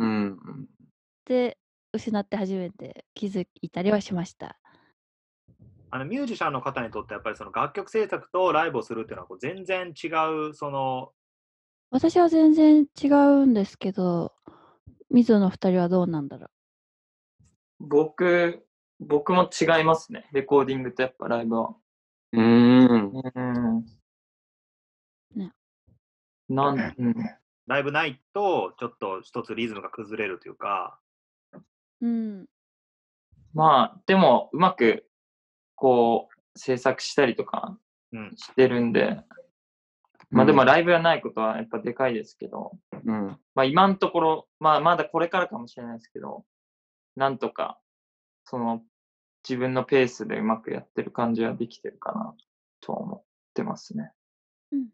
Speaker 1: うん。
Speaker 5: で失って初めて気づいたりはしました
Speaker 2: あのミュージシャンの方にとってやっぱりその楽曲制作とライブをするっていうのはこう全然違うその
Speaker 5: 私は全然違うんですけど水野の二人はどうなんだろう
Speaker 4: 僕、僕も違いますね。レコーディングとやっぱライブは。
Speaker 1: うん。
Speaker 4: うん。
Speaker 5: ね
Speaker 4: なん、うん。
Speaker 2: ライブないとちょっと一つリズムが崩れるというか、
Speaker 5: うん
Speaker 4: まあ、でも、うまく、こう、制作したりとか
Speaker 2: うん
Speaker 4: してるんで、まあでもライブがないことはやっぱでかいですけど、
Speaker 1: うん。
Speaker 4: まあ今のところ、まあまだこれからかもしれないですけど、なんとか、その、自分のペースでうまくやってる感じはできてるかなとは思ってますね。
Speaker 5: うん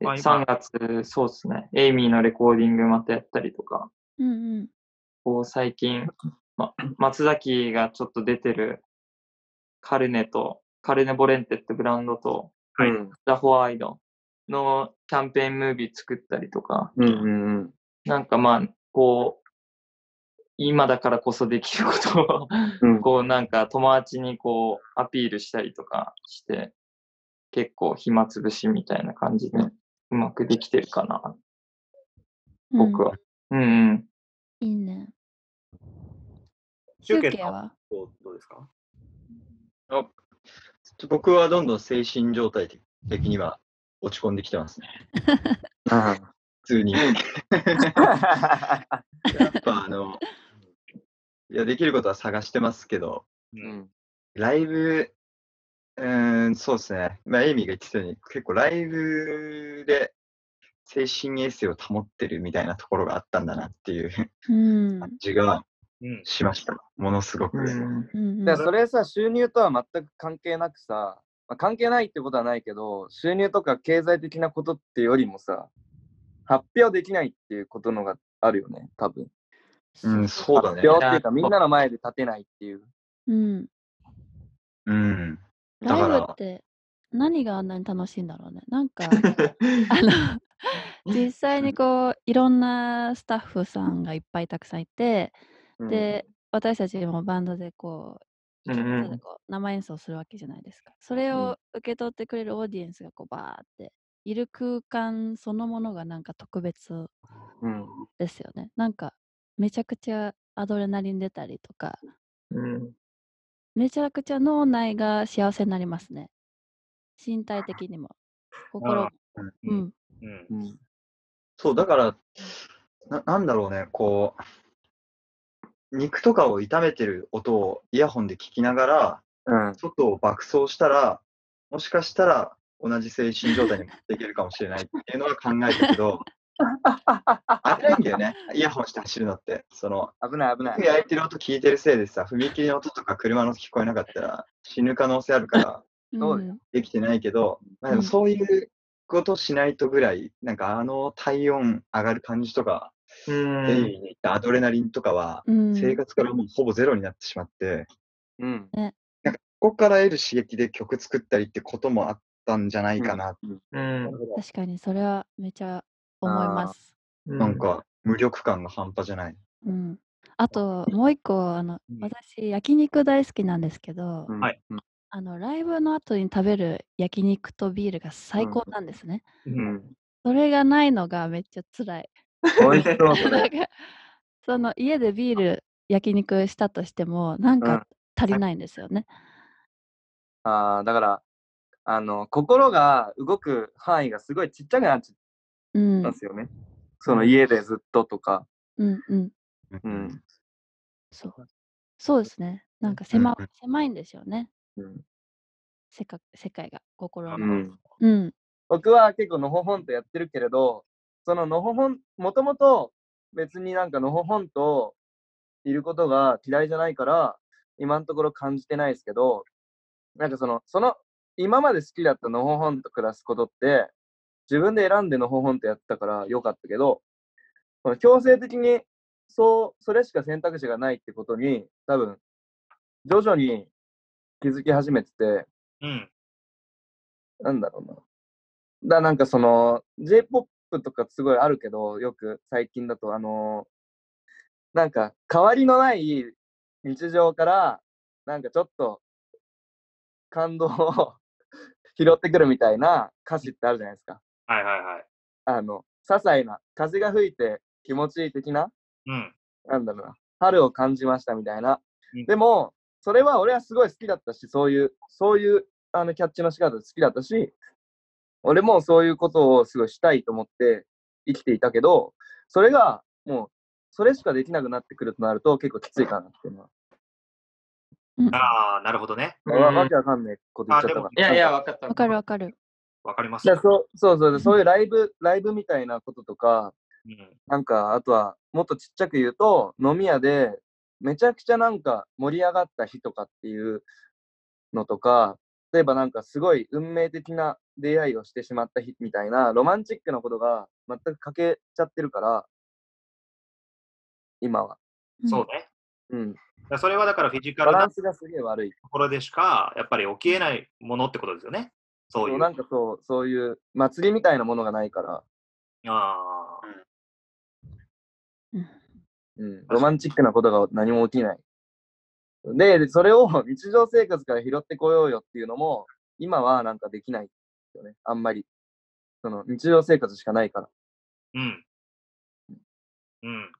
Speaker 4: で
Speaker 2: まあ今
Speaker 4: 3月、そうですね、エイミーのレコーディングまたやったりとか、
Speaker 5: うんうん
Speaker 4: こう最近、ま、松崎がちょっと出てるカルネと、カルネボレンテってブランドと、
Speaker 2: はい
Speaker 1: うん。
Speaker 4: ザ・ホワイドのキャンペーンムービー作ったりとか、
Speaker 1: うんうんうん。
Speaker 4: なんかまあ、こう、今だからこそできることを、
Speaker 1: うん
Speaker 4: こうなんか友達にこうアピールしたりとかして、結構暇つぶしみたいな感じで、うまくできてるかな、
Speaker 5: うん
Speaker 4: 僕は。うんうん。
Speaker 5: いいね
Speaker 2: 集
Speaker 5: 集
Speaker 2: 計
Speaker 5: 計は
Speaker 2: どうどうですか
Speaker 3: 僕はどんどん精神状態的には落ち込んできてますね。普通に。やっぱあの、いや、できることは探してますけど、
Speaker 2: う
Speaker 1: うん <laughs> ん。
Speaker 3: ライブ、うーん、そうですね。まあ、エイミーが言ってたように、結構ライブで精神衛生を保ってるみたいなところがあったんだなっていう
Speaker 5: うん
Speaker 3: 感じが
Speaker 2: うん
Speaker 3: しました。ものすごく。
Speaker 4: うん
Speaker 5: うんう
Speaker 1: だ
Speaker 5: ん
Speaker 1: からそれさ、収入とは全く関係なくさ、まあ、関係ないってことはないけど、収入とか経済的なことってよりもさ、発表できないっていうことのがあるよね、多分。
Speaker 3: うん、そうだね
Speaker 1: 発。表っていうか、
Speaker 4: あ
Speaker 1: みんなの前で立てないっていう。
Speaker 5: うん
Speaker 3: うん。だ
Speaker 5: ラ
Speaker 3: から
Speaker 5: イブって何があんなに楽しいんだろうね。なんか、あの、実際にこう、いろんなスタッフさんがいっぱいたくさんいて、で、私たちもバンドでこう、
Speaker 4: うんうん
Speaker 5: 一つでこう生演奏するわけじゃないですか。それを受け取ってくれるオーディエンスがこう、バーって、いる空間そのものがなんか特別
Speaker 1: うん。
Speaker 5: ですよね。なんか、めちゃくちゃアドレナリン出たりとか、
Speaker 4: うん
Speaker 5: めちゃくちゃ脳内が幸せになりますね。身体的にも、心も。
Speaker 2: う
Speaker 5: うん
Speaker 2: ん。うん
Speaker 1: うん。
Speaker 3: そう、だから、ななんだろうね、こう、肉とかを炒めてる音をイヤホンで聞きながら、
Speaker 1: うん。
Speaker 3: 外を爆走したら、もしかしたら同じ精神状態に持っていけるかもしれないっていうのは考えたけ
Speaker 5: <laughs>
Speaker 3: ど、危ないんだよね、イヤホンして走るのって。その、
Speaker 1: 危ない危ない
Speaker 3: 手。焼いてる音聞いてるせいでさ、踏切の音とか車の音聞こえなかったら死ぬ可能性あるから、
Speaker 1: そうだ
Speaker 5: ん
Speaker 3: できてないけど、まあ、でも
Speaker 5: うん
Speaker 3: そういうことしないとぐらい、なんかあの体温上がる感じとか、
Speaker 4: うん
Speaker 3: エイミーに言ったアドレナリンとかは、
Speaker 5: うん
Speaker 3: 生活からもうほぼゼロになってしまって、
Speaker 1: うん。
Speaker 3: ここから得る刺激で曲作ったりってこともあったんじゃないかな。
Speaker 4: うん
Speaker 5: 確かにそれはめちゃ思います。
Speaker 4: うん
Speaker 3: なんか、無力感が半端じゃない。
Speaker 5: うん、あともう一個あの、
Speaker 2: うん
Speaker 5: 私焼肉大好きなんですけど、
Speaker 1: うん
Speaker 2: はい。
Speaker 5: あのライブの後に食べる焼肉とビールが最高なんですね。
Speaker 1: う
Speaker 2: うん
Speaker 1: ん。
Speaker 5: それがないのがめっちゃ辛い。
Speaker 1: 美味しそう、そ
Speaker 5: な
Speaker 1: れ。
Speaker 5: んかその家でビール焼肉したとしてもなん
Speaker 1: うん
Speaker 5: か足りないんですよね。
Speaker 1: <laughs> あーだからあの心が動く範囲がすごいちっちゃくなっちゃ
Speaker 5: うん
Speaker 1: ったんですよね、その家でずっととか、
Speaker 5: うんうん
Speaker 1: うん
Speaker 5: そうそうですねなんか狭,、狭いんですよね
Speaker 1: うん
Speaker 5: 世界世界が心が
Speaker 1: うん、
Speaker 5: うん
Speaker 1: 僕は結構のほほんとやってるけれどそののほほんもともと別になんかのほほんといることが嫌いじゃないから今のところ感じてないですけどなんかそのその今まで好きだったのほほんと暮らすことって自分で選んでのほほんとやったから良かったけどその強制的にそうそれしか選択肢がないってことに多分徐々に気づき始めてて
Speaker 2: うん。
Speaker 1: なんだろうな。だなんかその、J-POP とかすごいあるけど、よく最近だと、あのーなんか変わりのない日常から、なんかちょっと感動を <laughs> 拾ってくるみたいな歌詞ってあるじゃないですか。
Speaker 2: はいはいはい。
Speaker 1: あの、些細な、風が吹いて気持ちいい的な、
Speaker 2: うん。
Speaker 1: なんだろうな、春を感じましたみたいな
Speaker 2: うん。
Speaker 1: でも、それは俺はすごい好きだったし、そういう、そういうあのキャッチの仕方好きだったし、俺もそういうことをすごいしたいと思って生きていたけど、それがもう、それしかできなくなってくるとなると結構きついかなっていうのは。
Speaker 2: ああ、なるほどね。
Speaker 1: うわわけわかんないこと言っちゃったか
Speaker 2: あ
Speaker 1: ら
Speaker 4: い。やいや、分かった。
Speaker 5: わかるわかる
Speaker 2: わかりまし
Speaker 1: だ
Speaker 2: た
Speaker 1: から。そうそうそう、そういうライブ、ライブみたいなこととか、
Speaker 2: うん。
Speaker 1: なんか、あとは、もっとちっちゃく言うと、飲み屋で、めちゃくちゃなんか盛り上がった日とかっていうのとか、例えばなんかすごい運命的な出会いをしてしまった日みたいな、ロマンチックなことが全く欠けちゃってるから、今は。
Speaker 5: うん
Speaker 2: そうね。
Speaker 1: うん。
Speaker 2: だからそれはだからフィジカ
Speaker 1: バ
Speaker 2: ル
Speaker 1: ラ
Speaker 2: な
Speaker 1: ンスがすげえ悪い。
Speaker 2: ところでしか、やっぱり起きえないものってことですよね。そうい
Speaker 1: そう
Speaker 2: う。
Speaker 1: な
Speaker 2: あ
Speaker 1: んかそう、そういう祭りみたいなものがないから、
Speaker 2: あー。
Speaker 5: うん
Speaker 1: うん、ロマンチックなことが何も起きない。で、それを日常生活から拾ってこようよっていうのも、今はなんかできないよね。あんまり。その日常生活しかないから。
Speaker 2: うん。うん。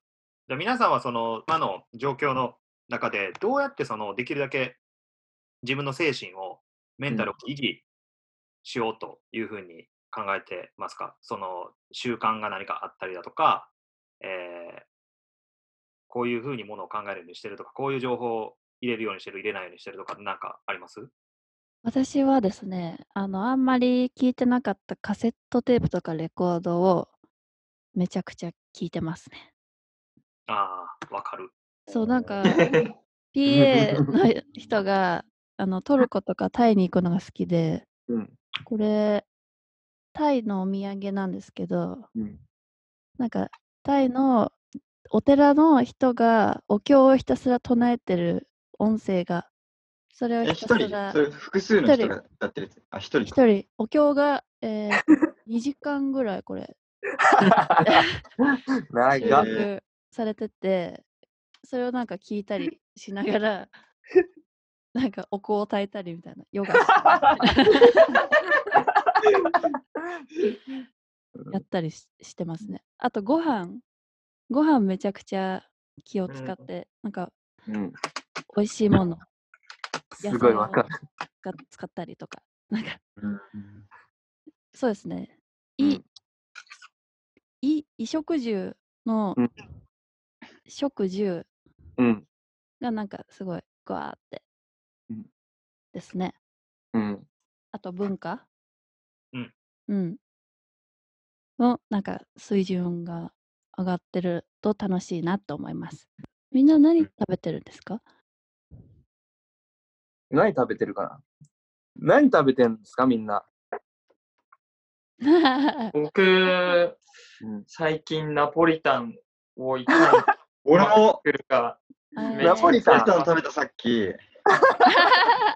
Speaker 2: じゃあ皆さんはその今の状況の中でどうやってそのできるだけ自分の精神をメンタルを維持しようというふうに考えてますか、その習慣が何かあったりだとか、えーこういうふうにものを考えるようにしてるとかこういう情報を入れるようにしてる入れないようにしてるとか何かあります
Speaker 5: 私はですねあのあんまり聞いてなかったカセットテープとかレコードをめちゃくちゃ聞いてますね
Speaker 2: ああわかる。
Speaker 5: そうなんか PA の人があのトルコとかタイに行くのが好きで、
Speaker 1: うん
Speaker 5: これタイのお土産なんですけど、
Speaker 1: うん
Speaker 5: なんかタイのお寺の人がお経をひたすら唱えてる音声がそれを
Speaker 3: え、
Speaker 5: ひ
Speaker 3: 一
Speaker 5: たす
Speaker 3: 人
Speaker 5: ら
Speaker 3: それ複数の
Speaker 5: 一
Speaker 3: 人
Speaker 5: 人
Speaker 3: がやってるやつ。あ、一人か。
Speaker 5: 一人お経が、えー、2時間ぐらいこれ
Speaker 1: なんか、
Speaker 5: 収録されててそれをなんか聞いたりしながらなんかお香を焚いたりみたいなヨガしてやったりししてますねあとご飯ご飯めちゃくちゃ気を使って、なんか
Speaker 1: うん、
Speaker 5: 美味しいもの
Speaker 1: すごいわかる。
Speaker 5: が使ったりとか <laughs> なんか
Speaker 3: うん
Speaker 5: そうですね。い、
Speaker 1: うん
Speaker 5: い、衣食住の
Speaker 1: うん
Speaker 5: 食住
Speaker 1: うん。
Speaker 5: がなんかすごいグワーって
Speaker 1: うん
Speaker 5: ですね。
Speaker 1: うん。
Speaker 5: あと文化
Speaker 2: うん。
Speaker 5: うん。のなんか水準が上がってると楽しいなと思います。みんな何食べてるんですか <laughs>
Speaker 1: 何食べてるかな何食べてんですかみんな。
Speaker 4: 僕、
Speaker 1: うん
Speaker 4: 最近ナポリタンをいかに
Speaker 3: 俺も
Speaker 4: 作るか、
Speaker 5: あ
Speaker 4: ナポリ
Speaker 3: パ
Speaker 4: タン
Speaker 3: スタの食べたさっき。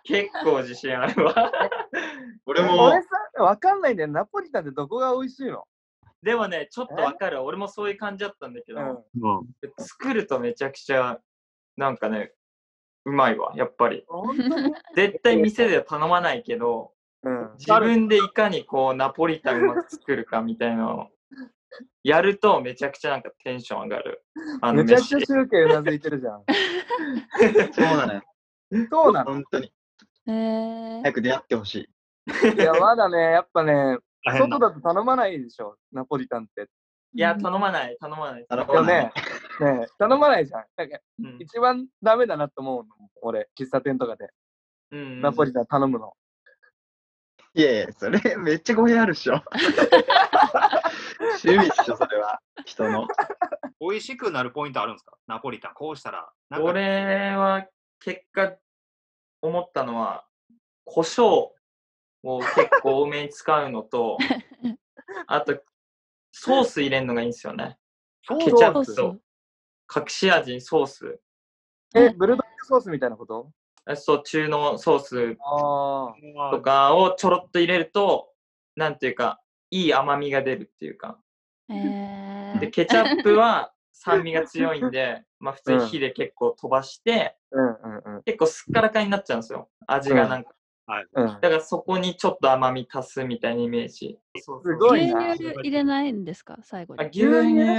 Speaker 4: 結構自信あるわ。
Speaker 3: 俺
Speaker 1: で
Speaker 3: も
Speaker 1: 俺、さ、わかんないんだよ。ナポリタンってどこが美味しいの
Speaker 4: でもね、ちょっとわかる。俺もそういう感じだったんだけど、作るとめちゃくちゃ、なんかね、うまいわ、やっぱり。
Speaker 1: 本当に
Speaker 4: 絶対店では頼まないけど、
Speaker 1: うん。
Speaker 4: 自分でいかにこうナポリタンうまく作るかみたいなのをやるとめちゃくちゃなんかテンション上がる。あの
Speaker 1: めちゃく
Speaker 4: 飯
Speaker 1: ちゃ。集計うなずいてるじゃん。
Speaker 3: そうなのよ。
Speaker 1: そうなの
Speaker 3: 本当に。
Speaker 5: へえ
Speaker 3: 早く出会ってほしい。
Speaker 1: いや、まだね、やっぱね、
Speaker 2: 大変
Speaker 1: 外
Speaker 2: だ。
Speaker 1: だと頼まないでしょ、ナポリタンって。
Speaker 4: いや、頼まない、頼まない。
Speaker 3: 頼
Speaker 1: でも
Speaker 3: まない
Speaker 1: ね、ね頼まないじゃん。なんか
Speaker 4: うん
Speaker 1: 一番ダメだなと思うの、俺、喫茶店とかで、
Speaker 4: うん
Speaker 1: ナポリタン頼むの。
Speaker 3: いやいや、それめっちゃ語弊あるっしょ。趣味っしょ、それは。人の。
Speaker 2: 美味しくなるポイントあるんですかナポリタン、こうしたら。なんか
Speaker 4: 俺は結果思ったのは胡椒を結構多めに使うのと
Speaker 2: <laughs>
Speaker 4: あとソース入れるのがいいんですよね
Speaker 2: そう
Speaker 4: ケチャッ
Speaker 5: ソ
Speaker 4: プ
Speaker 5: ース
Speaker 4: と隠し味にソース
Speaker 1: え、ブルドックソースみたいなこと
Speaker 4: えそう中濃ソース
Speaker 1: ああ。
Speaker 4: とかをちょろっと入れるとなんていうかいい甘みが出るっていうか
Speaker 5: へえ
Speaker 4: でケチャッ
Speaker 2: <laughs>
Speaker 4: プは酸味が強いんで、まあ、普通に火で結構飛ばして、
Speaker 1: うんうんうん。
Speaker 4: 結構すっからかになっちゃうんですよ味がなんか
Speaker 1: うん、
Speaker 4: だからそこにちょっと甘み足すみたいなイメージ。
Speaker 1: すごい
Speaker 5: 牛
Speaker 1: な。
Speaker 5: 乳入れないんですか最後
Speaker 4: あ
Speaker 5: に。
Speaker 4: 牛乳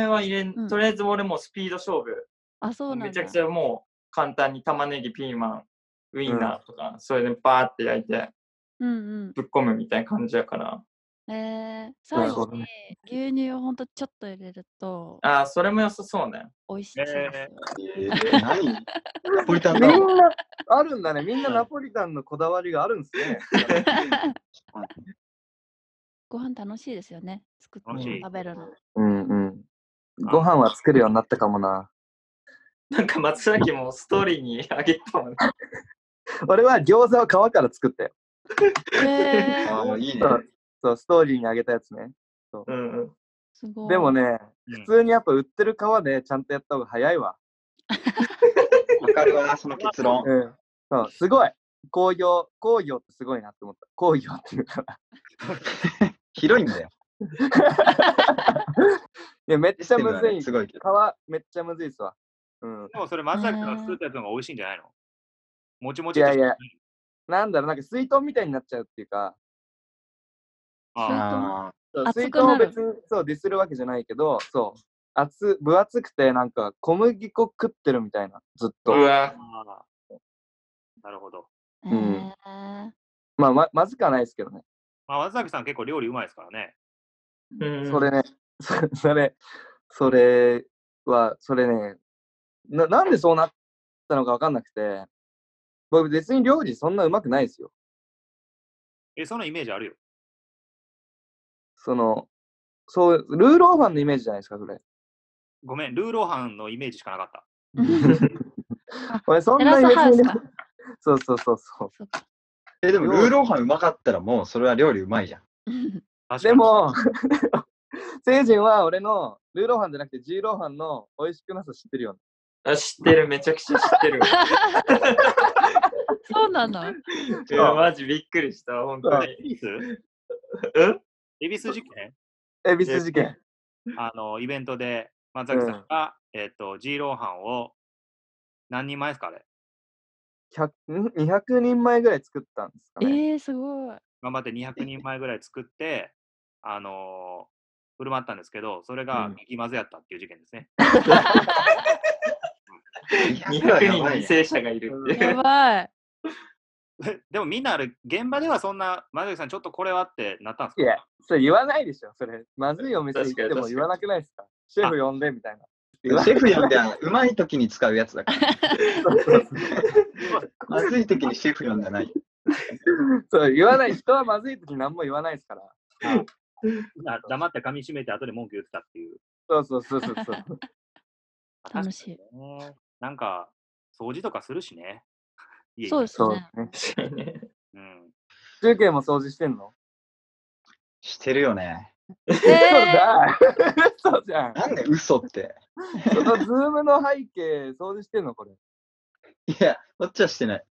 Speaker 4: は入れ
Speaker 5: うん
Speaker 4: ん、とりあえず俺もうスピード勝負。
Speaker 5: あ、そうなんだ。
Speaker 4: めちゃくちゃもう簡単に玉ねぎ、ピーマン、ウインナーとか、それでバーって焼いて
Speaker 5: うん
Speaker 4: ぶっ込むみたいな感じやから。
Speaker 5: うん。えー、
Speaker 1: な
Speaker 5: 最
Speaker 1: るほ
Speaker 5: 後
Speaker 1: ど
Speaker 5: に
Speaker 1: ね
Speaker 5: 牛乳をほんとちょっと入れると
Speaker 4: あー、それも良さそうね。 <laughs>
Speaker 5: 美味しいですよ。
Speaker 2: え
Speaker 3: えー、何ナポリタン
Speaker 1: みん
Speaker 3: だ。
Speaker 1: な、あるんだね。みんなナポリタンのこだわりがあるんですね。
Speaker 5: ご飯楽しいですよね。作って
Speaker 2: 楽しい
Speaker 5: 食べるの。
Speaker 1: うんうん。ご飯は作るようになったかもな。
Speaker 4: なんか松崎もストーリーにあげた <laughs> もんね。
Speaker 1: 俺は餃子は皮から作ったよ。
Speaker 5: えー、
Speaker 3: ああ、いいね
Speaker 1: そ。う、そうストーリーにあげたやつね。
Speaker 4: うんうん。
Speaker 5: すごい。
Speaker 1: でもね、
Speaker 2: うん
Speaker 1: 普通にやっぱ売ってる皮でちゃんとやった方が早いわ。
Speaker 3: わかるわ、その結論。
Speaker 1: うん。そう、すごい。工業、工業ってすごいなって思った。工業っていうか。
Speaker 3: 広いんだよ。
Speaker 1: いや、めっ
Speaker 3: シス
Speaker 1: ちゃ
Speaker 3: テム
Speaker 1: む
Speaker 3: は
Speaker 1: ず
Speaker 3: ね
Speaker 1: い。
Speaker 3: すごいけど。
Speaker 1: 皮、めっちゃむずいっすわ。うん。
Speaker 2: でもそれ、松崎が作ったやつの方が美味しいんじゃないのもちも
Speaker 1: い
Speaker 2: ちっと
Speaker 1: や
Speaker 2: し
Speaker 1: い
Speaker 2: て
Speaker 1: や、なんだろう、なんか水筒みたいになっちゃうっていうか、
Speaker 2: あ
Speaker 3: あ
Speaker 1: そう
Speaker 5: 熱
Speaker 1: 水筒
Speaker 5: くな
Speaker 1: を
Speaker 5: る
Speaker 1: 別にそうディスるわけじゃないけど、そう、厚、分厚くて、なんか小麦粉食ってるみたいな、ずっ
Speaker 4: う
Speaker 1: と。
Speaker 4: わ
Speaker 2: ー、あーなるほど。
Speaker 5: え
Speaker 1: ん
Speaker 5: ー
Speaker 1: まあ、ままずくはないですけどね。
Speaker 2: まあ、松崎さん結構料理うまいですからね。
Speaker 4: うん、
Speaker 1: それね、 <laughs> そそれ、それは、それね、ななんでそうなったのかわかんなくて、僕別に料理そんなうまくないですよ。
Speaker 2: え、そのイメージあるよ。
Speaker 1: その、そう、ルーローファンのイメージじゃないですか、そ
Speaker 5: <laughs>
Speaker 1: れ。
Speaker 2: ごめん、ルーローハンのイメージしかなかった。
Speaker 1: 俺そん
Speaker 5: テ
Speaker 1: な
Speaker 5: ラ
Speaker 1: に
Speaker 5: ス
Speaker 1: 別
Speaker 5: ハウ
Speaker 1: に
Speaker 5: ス
Speaker 1: ね
Speaker 5: か。
Speaker 1: <laughs>
Speaker 5: <laughs>
Speaker 1: そうそうそうそう。
Speaker 5: そっか
Speaker 3: ーえ、でも、ルーローハンうまかったら、もう、それは料理うまいじゃん。
Speaker 5: うん
Speaker 2: 確かに
Speaker 1: で、 <laughs> も、成人は俺のルーローハンじゃなくてジーローハンの美味しくなさ知ってるよね。
Speaker 4: あ知ってる、めちゃくちゃ知って <laughs> る。
Speaker 5: そうなの。
Speaker 4: いやマジびっくりした、本当
Speaker 2: エ
Speaker 4: に。
Speaker 2: ビス
Speaker 4: うん
Speaker 2: エビス事件
Speaker 1: 恵比寿事件。
Speaker 2: あの、イベントで松崎さんが、えっと、ジーローハンを何人前ですかあれ
Speaker 1: 100ん200人前ぐらい作ったんですかね。
Speaker 5: えー、すごい。
Speaker 2: 頑張って200人前ぐらい作って、あのー振る舞ったんですけど、それが
Speaker 1: うん
Speaker 2: 激まずやったっていう事件ですね。
Speaker 4: ?200 人の
Speaker 3: い
Speaker 4: 犠牲者がいるっていう。
Speaker 5: やばい。
Speaker 2: でもみんなあれ、現場ではそんな、松崎さん、ちょっとこれはってなったんですか
Speaker 1: いや、それ言わないでしょ、それ。まずいお店行って
Speaker 4: 確
Speaker 1: も
Speaker 4: かに
Speaker 1: 言わなくないですか。シェフ呼んでみたいな。
Speaker 3: シェフ呼んで、あのうまい時に使うやつ <laughs> だから。
Speaker 1: <laughs>
Speaker 3: まずい時にシェフ呼んでない。
Speaker 1: そう言わない。人はまずい時何も言わないですから。
Speaker 2: <laughs> あ黙って噛み締めて後で文句言ってたっていう。
Speaker 1: そうそうそう <laughs> そうそう。
Speaker 5: 楽しい
Speaker 2: 確かにね。なんか、掃除とかするしね。 <laughs> 家に
Speaker 5: そうです
Speaker 1: そう
Speaker 5: ね。
Speaker 1: ね。
Speaker 2: うん。 <laughs>
Speaker 1: 中継も掃除してんの
Speaker 3: してるよね。
Speaker 1: <laughs> そう
Speaker 5: え
Speaker 1: だ。そうじゃん。
Speaker 3: なんで嘘って。
Speaker 1: そのズームの背景掃除してんのこれ。
Speaker 3: いや、こっちはして <laughs> ない。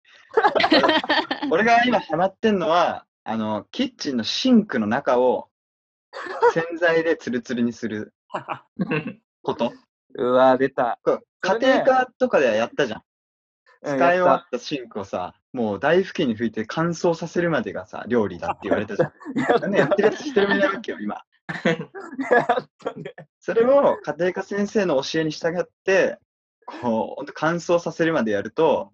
Speaker 3: 俺が今ハマってんのは、あの、キッチンのシンクの中を洗剤でツルツルにすること。
Speaker 1: うわ出た。
Speaker 3: こう
Speaker 1: そ
Speaker 3: 家
Speaker 1: れね
Speaker 3: 庭科とかではやったじゃん。
Speaker 1: うん
Speaker 3: 使
Speaker 1: や
Speaker 3: い
Speaker 1: っ
Speaker 3: 終
Speaker 1: た
Speaker 3: わったシンクをさ、もう台拭きに拭いて乾燥させるまでがさ、料理だって言われたじゃん。なん <laughs> でやってるやつしてるみたいなわけよ、今。
Speaker 1: <laughs> やったね。
Speaker 3: それを家庭科先生の教えに従って、こう、ほんと乾燥させるまでやると、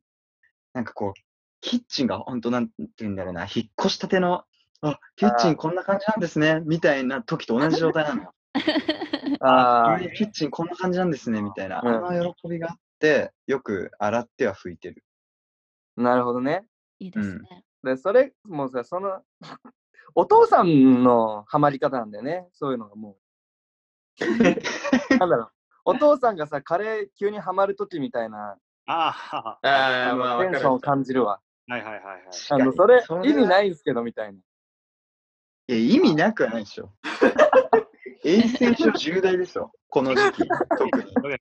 Speaker 3: なんかこう、キッチンが本当なんて言うんだろうな、引っ越したての、あ、キッチンこんな感じなんですね、みたいな時と同じ状態なのよ。
Speaker 1: ああ、
Speaker 3: 急にキッチンこんな感じなんですね、みたいな。
Speaker 1: うん
Speaker 3: あの喜びがあって、よく洗っては拭いてる。
Speaker 1: なるほどね。
Speaker 5: いいです
Speaker 3: うん
Speaker 5: ね。
Speaker 1: で、それ、もうさ、その、 <laughs> お父さんのハマり方なんだよね。そういうのがも
Speaker 3: <laughs>
Speaker 1: う。なんだろう。お父さんがさ、カレー急にハマる時みたいな、
Speaker 2: ああ、
Speaker 4: <laughs> あ
Speaker 1: あ
Speaker 4: あ、まあ、
Speaker 1: のテ
Speaker 4: わか
Speaker 1: ン
Speaker 4: る
Speaker 1: ションを。感じるわ。
Speaker 2: はいはいはいはい。
Speaker 1: あの、そ
Speaker 3: 確かに
Speaker 1: れ、
Speaker 3: は
Speaker 1: 意味ないんすけど、み
Speaker 3: <laughs>
Speaker 1: たいな。
Speaker 3: いや、意味なくはない
Speaker 1: <laughs>
Speaker 3: でしょ。衛生上重大でしょ。この時期、特に。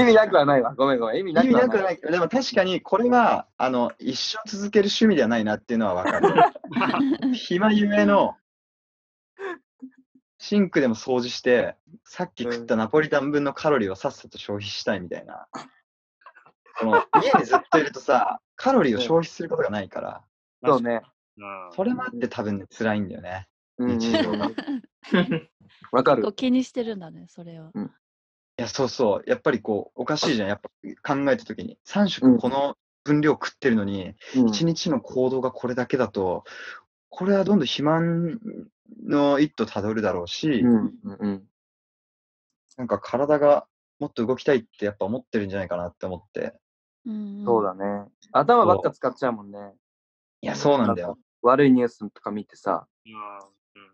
Speaker 1: 意味なくはないわ。ごめんごめん。意味
Speaker 3: 意
Speaker 1: なく
Speaker 3: 味
Speaker 1: は
Speaker 3: な
Speaker 1: な。
Speaker 3: くはいないけど、でも確かにこれは、あの、一生続ける趣味ではないなっていうのはわ
Speaker 1: <laughs>
Speaker 3: かる。暇ゆえの、シンクでも掃除して、さっき食ったナポリタン分のカロリーをさっさと消費したいみたいな。その家にずっといるとさ、カロリーを消費することがないから、
Speaker 1: そうね。
Speaker 2: うん。
Speaker 3: それもあって多分ね、辛いんだよね。
Speaker 1: うんうん
Speaker 3: 日常が。
Speaker 1: わか
Speaker 5: 結構
Speaker 1: る。
Speaker 5: 気にしてるんだね、それを。
Speaker 3: いや、そうそう。やっぱりこう、おかしいじゃん。やっぱ考えたときに。3食この分量食ってるのに、
Speaker 1: うん
Speaker 3: 1日の行動がこれだけだと、これはどんどん肥満の一途たどるだろうし、
Speaker 1: うんうん
Speaker 3: なんか体がもっと動きたいってやっぱ思ってるんじゃないかなって思って。
Speaker 1: う。
Speaker 5: うんうんん
Speaker 1: そうだね。頭ばっか使っちゃうもんね。
Speaker 3: いや、そうなんだよ。
Speaker 1: 悪いニュースとか見てさ。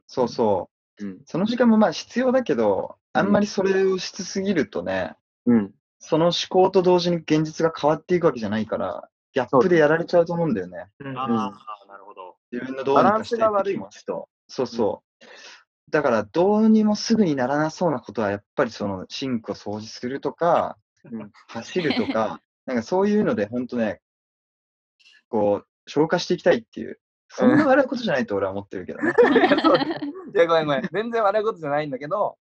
Speaker 3: そうそ
Speaker 1: うん
Speaker 3: う。。その時間もまあ必要だけど、あんまりそれをしつすぎるとね、
Speaker 1: うん。
Speaker 3: その思考と同時に現実が変わっていくわけじゃないから、ギャップでやられちゃうと思うんだよね。
Speaker 4: <laughs> うん
Speaker 2: ああ、なるほど。
Speaker 3: 自分のどうにかしたいって気持ちと。そうそう。だから、どうにもすぐにならなそうなことは、やっぱりそのシンクを掃除するとか、
Speaker 1: うん
Speaker 3: 走ると <laughs> か、なんかそういうので、本当ね、こう、消化していきたいっていう、そんな悪いことじゃないと俺は思ってるけどね。
Speaker 1: いやそう <laughs> いや、ごめんごめん。全然悪いことじゃないんだけど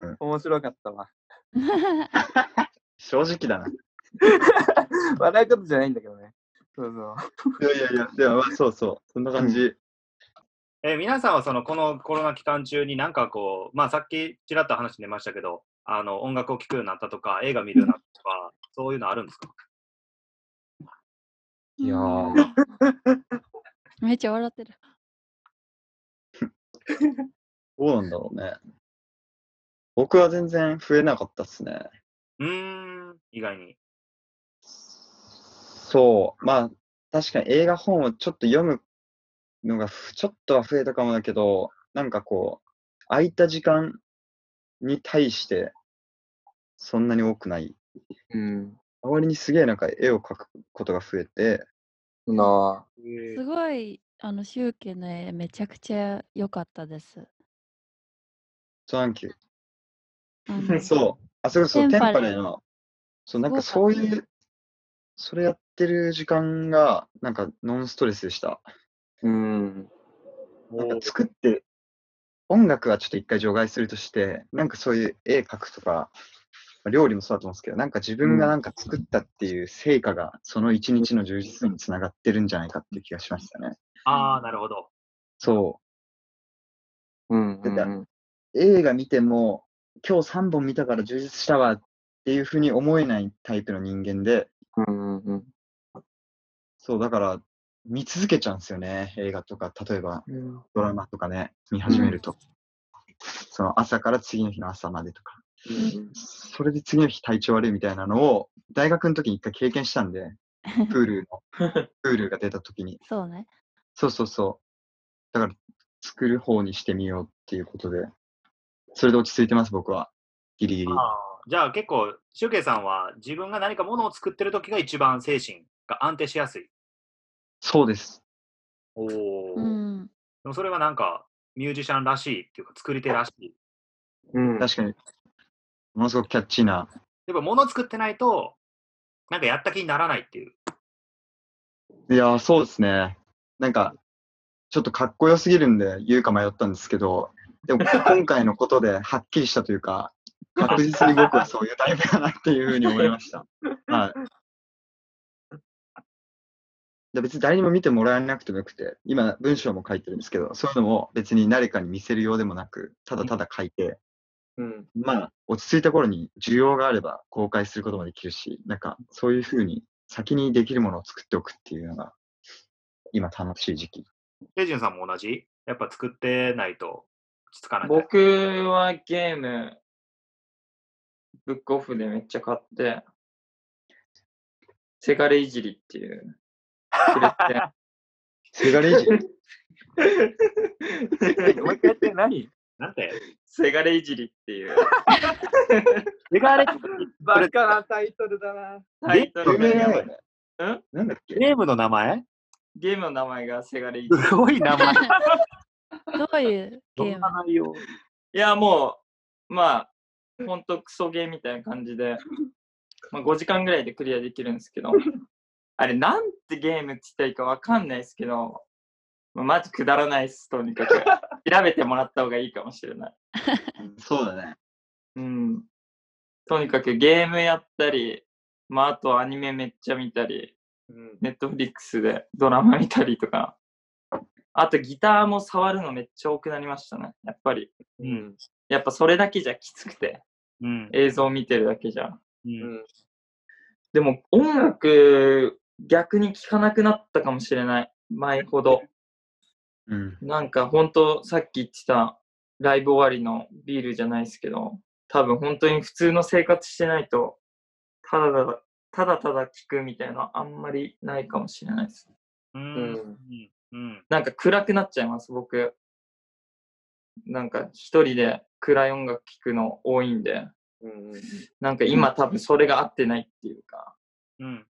Speaker 3: うん、
Speaker 1: 面白かったわ。
Speaker 3: 正直だな。
Speaker 1: 悪いことじゃないんだけどね。そうそう。
Speaker 3: いやいやいや、でもまあそうそう、そんな感じ。
Speaker 2: えー皆さんはそのこのコロナ期間中になんかこう、まあ、さっきちらっと話に出ましたけどあの音楽を聴くようになったとか映画見るようになったとかそういうのあるんですか
Speaker 3: いやー
Speaker 5: うんめっちゃ笑ってる。
Speaker 3: どうなんだろうね。僕は全然増えなかったっすね。
Speaker 2: うーん意外に。
Speaker 3: そう、まあ、確かに映画本をちょっと読むのがふちょっとは増えたかもだけど、なんかこう、空いた時間に対して、そんなに多くない。
Speaker 1: うん。
Speaker 3: 周りにすげえなんか絵を描くことが増えて、
Speaker 1: なあ。
Speaker 5: すごい、あの、集計の絵、めちゃくちゃ良かったです。
Speaker 3: そうなんか
Speaker 5: あの
Speaker 3: そう、あ、それこそ
Speaker 5: テン
Speaker 3: テン
Speaker 5: パレ
Speaker 3: パレーの、そう、なんか
Speaker 5: すご
Speaker 3: そ
Speaker 5: か
Speaker 3: う
Speaker 5: った
Speaker 3: いう、それやってる時間が、なんかノンストレスでした。
Speaker 1: うん。
Speaker 3: なんか作って、音楽はちょっと一回除外するとして、なんかそういう絵描くとか、まあ料理もそうだと思うんですけど、なんか自分がなんか作ったっていう成果が、その一日の充実につながってるんじゃないかっていう気がしましたね。
Speaker 2: ああなるほど。
Speaker 3: そ
Speaker 1: うんうん
Speaker 3: だっ
Speaker 1: うん。
Speaker 3: う。映画見ても、今日3本見たから充実したわっていうふうに思えないタイプの人間で、
Speaker 1: うんうんうん
Speaker 3: そう、だから、見続けちゃうんですよね。映画とか、例えば
Speaker 1: うん
Speaker 3: ドラマとかね、見始めると。その朝から次の日の朝までとか。それで次の日体調悪いみたいなのを大学の時に一回経験したんで、
Speaker 2: <laughs>
Speaker 3: プールの、プールが出た時に。
Speaker 5: そうね。
Speaker 3: そうそうそう。だから作る方にしてみようっていうことで、それで落ち着いてます、僕は。ギリギリ。
Speaker 2: あーじゃあ結構シュウケイさんは自分が何かものを作ってる時が一番精神が安定しやすい。
Speaker 3: そうです。
Speaker 2: おお、
Speaker 5: うん。
Speaker 2: でもそれはなんかミュージシャンらしいっていうか作り手らしい。
Speaker 1: うん
Speaker 3: 確かに。ものすごくキャッチーな。
Speaker 2: やっぱ物作ってないとなんかやった気にならないっていう。
Speaker 3: いやー、そうですね。なんか、ちょっとかっこよすぎるんで言うか迷ったんですけど、でも今回のことではっきりしたというか、確実に僕はそういうタイプだなっていうふうに思いました。はい。で別に誰にも見てもらえなくてもよくて、今文章も書いてるんですけど、そういうのも別に誰かに見せるようでもなく、ただただ書いて、
Speaker 1: うん
Speaker 3: まあ、落ち着いた頃に需要があれば公開することもできるし、なんかそういうふうに先にできるものを作っておくっていうのが今楽しい時期。
Speaker 2: レジンさんも同じやっぱ作ってないと落ち着かない。
Speaker 4: 僕はゲーム、ブックオフでめっちゃ買って、せがれいじりっていう、くれて
Speaker 3: セガレ <laughs> ー
Speaker 1: <laughs>
Speaker 3: ジ
Speaker 1: もう一回やって何
Speaker 2: なんて
Speaker 4: せがれいじりっていう
Speaker 1: セガレ
Speaker 6: バカなタイトルだな。
Speaker 4: タイトル
Speaker 3: ゲーム
Speaker 4: が
Speaker 3: 名前
Speaker 4: うん
Speaker 3: なんだっけ
Speaker 2: ゲームの名前
Speaker 4: ゲームの名前がせがれいじり。
Speaker 2: すごい名前。
Speaker 5: どういうゲ
Speaker 2: ど
Speaker 5: ー
Speaker 2: ん
Speaker 5: ム
Speaker 2: な内容
Speaker 4: いや、もう、まあ、ほんとクソゲーみたいな感じ <laughs> で、まあ、5時間ぐらいでクリアできるんですけ <laughs> ど、あれ、なんてゲームって言ったらいいかわかんないですけど、まあ、マジくだらないっす、とにか <laughs> く。調べてもらった方がいいかもしれない。
Speaker 3: そうだね。
Speaker 4: うん。とにかくゲームやったり、まあ、あとアニメめっちゃ見たり、ネットフリックスでドラマ見たりとか、あとギターも触るのめっちゃ多くなりましたね、やっぱり。
Speaker 2: うん。
Speaker 4: やっぱそれだけじゃきつくて。
Speaker 2: うん。
Speaker 4: 映像を見てるだけじゃん。
Speaker 2: うん
Speaker 4: でも音楽逆に聴かなくなったかもしれない。前ほど。
Speaker 3: うん。
Speaker 4: なんかほんとさっき言ってたライブ終わりのビールじゃないですけど、多分本当に普通の生活してないと、ただただ、ただただ聴くみたいなあんまりないかもしれないです。
Speaker 2: うん。うん。
Speaker 4: なんか暗くなっちゃいます、僕。なんか一人で暗い音楽聴くの多いんで、なんか今多分それが合ってないっていうか、
Speaker 2: うん。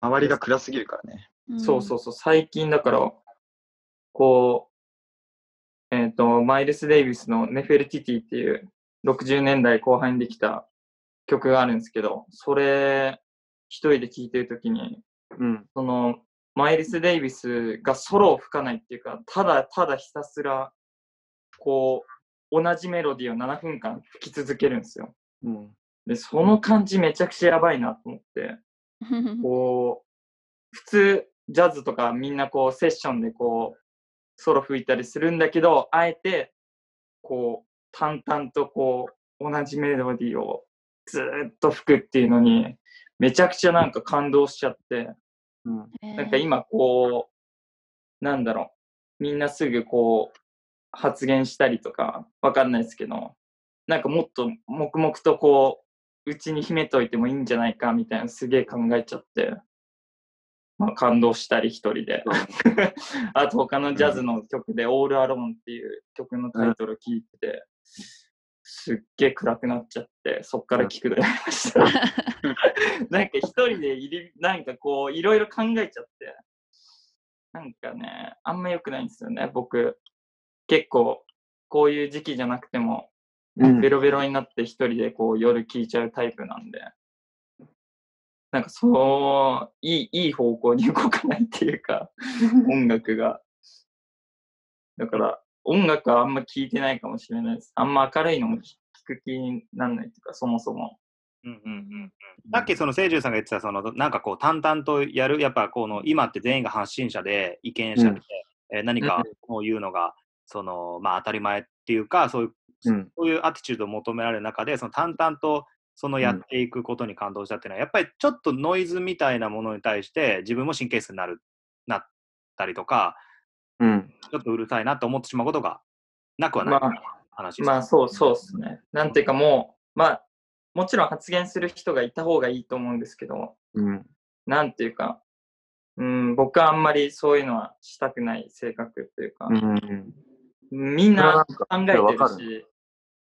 Speaker 3: 周りが暗すぎるからね。
Speaker 4: そうそうそう、最近だから、こう、えっ、と、マイルス・デイビスのネフェルティティっていう60年代後半にできた曲があるんですけど、それ、一人で聴いてるときに、
Speaker 1: うん。
Speaker 4: その、マイルス・デイビスがソロを吹かないっていうか、ただただひたすら、こう、同じメロディーを7分間吹き続けるんですよ。
Speaker 1: うん。
Speaker 4: で、その感じめちゃくちゃやばいなと思って。
Speaker 5: <laughs> うん。
Speaker 4: こう、普通、ジャズとかみんなこう、セッションでこう、ソロ吹いたりするんだけど、あえて、こう、淡々とこう、同じメロディーをずーっと吹くっていうのに、めちゃくちゃなんか感動しちゃって、なんか今こう、なんだろう、みんなすぐこう、発言したりとか、わかんないですけど、なんかもっと黙々とこう、うちに秘めといてもいいんじゃないかみたいなすげえ考えちゃって、まあ感動したり一人で。 <laughs> あと他のジャズの曲で、オールアローンっていう曲のタイトル聞いてて、すっげえ暗くなっちゃって、そっから聞くようになりました。 <laughs> なんか一人でいり、なんかこう、いろいろ考えちゃって、なんかね、あんま良くないんですよね、僕。結構、こういう時期じゃなくても、
Speaker 1: うん
Speaker 4: ベロベロになって一人でこう夜聴いちゃうタイプなんで、なんかそう、いい、いい方向に動かないってい
Speaker 1: <laughs>
Speaker 4: うか、音楽が。だから、音楽はあんま聴いてないかもしれないです。あんま明るいのも聴く気にならないっていうか、そもそも。
Speaker 2: うんうんうん、さっきその清純さんが言ってたそのなんかこう淡々とやるやっぱこの今って全員が発信者で意見者で、えー何かを言うのがその、まあ、当たり前っていうかそういう
Speaker 1: うん。
Speaker 2: そういうアティチュードを求められる中でその淡々とそのやっていくことに感動したっていうのは、やっぱりちょっとノイズみたいなものに対して自分も神経質になるなったりとか
Speaker 1: うん。
Speaker 2: ちょっとうるさいなと思ってしまうことがなくはない
Speaker 4: まあ、
Speaker 2: 話です。
Speaker 4: まあそうそうですね。なんていうかもう、まあもちろん発言する人がいた方がいいと思うんですけど、
Speaker 1: うん。
Speaker 4: なんていうか、うん、僕はあんまりそういうのはしたくない性格というか、
Speaker 1: うん。
Speaker 4: みんな考
Speaker 1: そ
Speaker 4: えて
Speaker 1: れはわ
Speaker 4: る
Speaker 1: か
Speaker 4: し、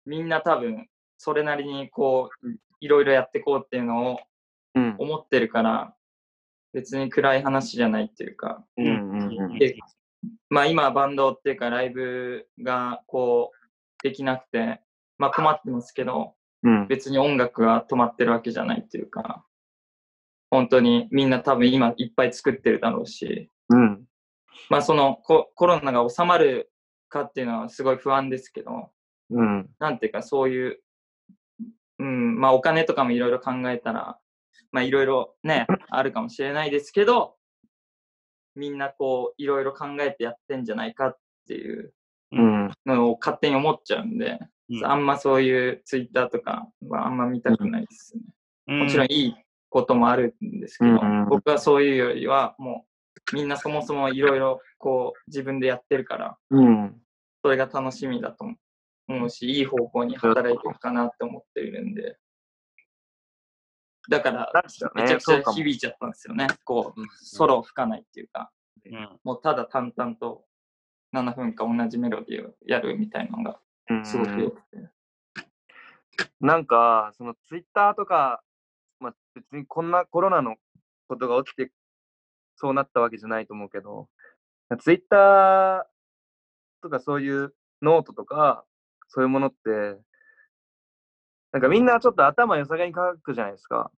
Speaker 4: みんな多分それなりにこう、いろいろやっていこうっていうのを
Speaker 1: うん。
Speaker 4: 思ってるから、別に暗い話じゃないっていうか、
Speaker 1: うん。
Speaker 4: で、まあ今バンドっていうかライブがこうできなくて、まあ困ってますけど、
Speaker 1: うん。
Speaker 4: 別に音楽が止まってるわけじゃないっていうか、本当にみんな多分今いっぱい作ってるだろうし、
Speaker 1: うん。
Speaker 4: まあそのココロナが収まるかっていうのはすごい不安ですけど、
Speaker 1: うん。
Speaker 4: なんていうかそういう、うん、まあお金とかもいろいろ考えたら、まあいろいろね、あるかもしれないですけど、みんなこういろいろ考えてやってんじゃないかっていう
Speaker 1: うん。
Speaker 4: のを勝手に思っちゃうんで、
Speaker 2: うん
Speaker 4: あんまそういうツイッターとかはあんま見たくないですね。
Speaker 2: うん
Speaker 4: もちろんいいこともあるんですけ
Speaker 1: う
Speaker 4: ど
Speaker 1: んうんうん、
Speaker 4: 僕はそういうよりはもうみんなそもそもいろいろこう自分でやってるから、
Speaker 1: うん。
Speaker 4: それが楽しみだと思うし、いい方向に働いていくかなって思ってるんで。だから、めちゃくちゃ響いちゃったんですよね。こう、ソロを吹かないっていうか、
Speaker 2: うん
Speaker 4: もうただ淡々と7分間同じメロディーをやるみたいなのがすごく良くて。
Speaker 1: なんか、そのツイッターとか、まあ、別にこんなコロナのことが起きてそうなったわけじゃないと思うけど、ツイッターとかそういうノートとか、そういうものって、なんかみんなちょっと頭良さげに書くじゃないですか。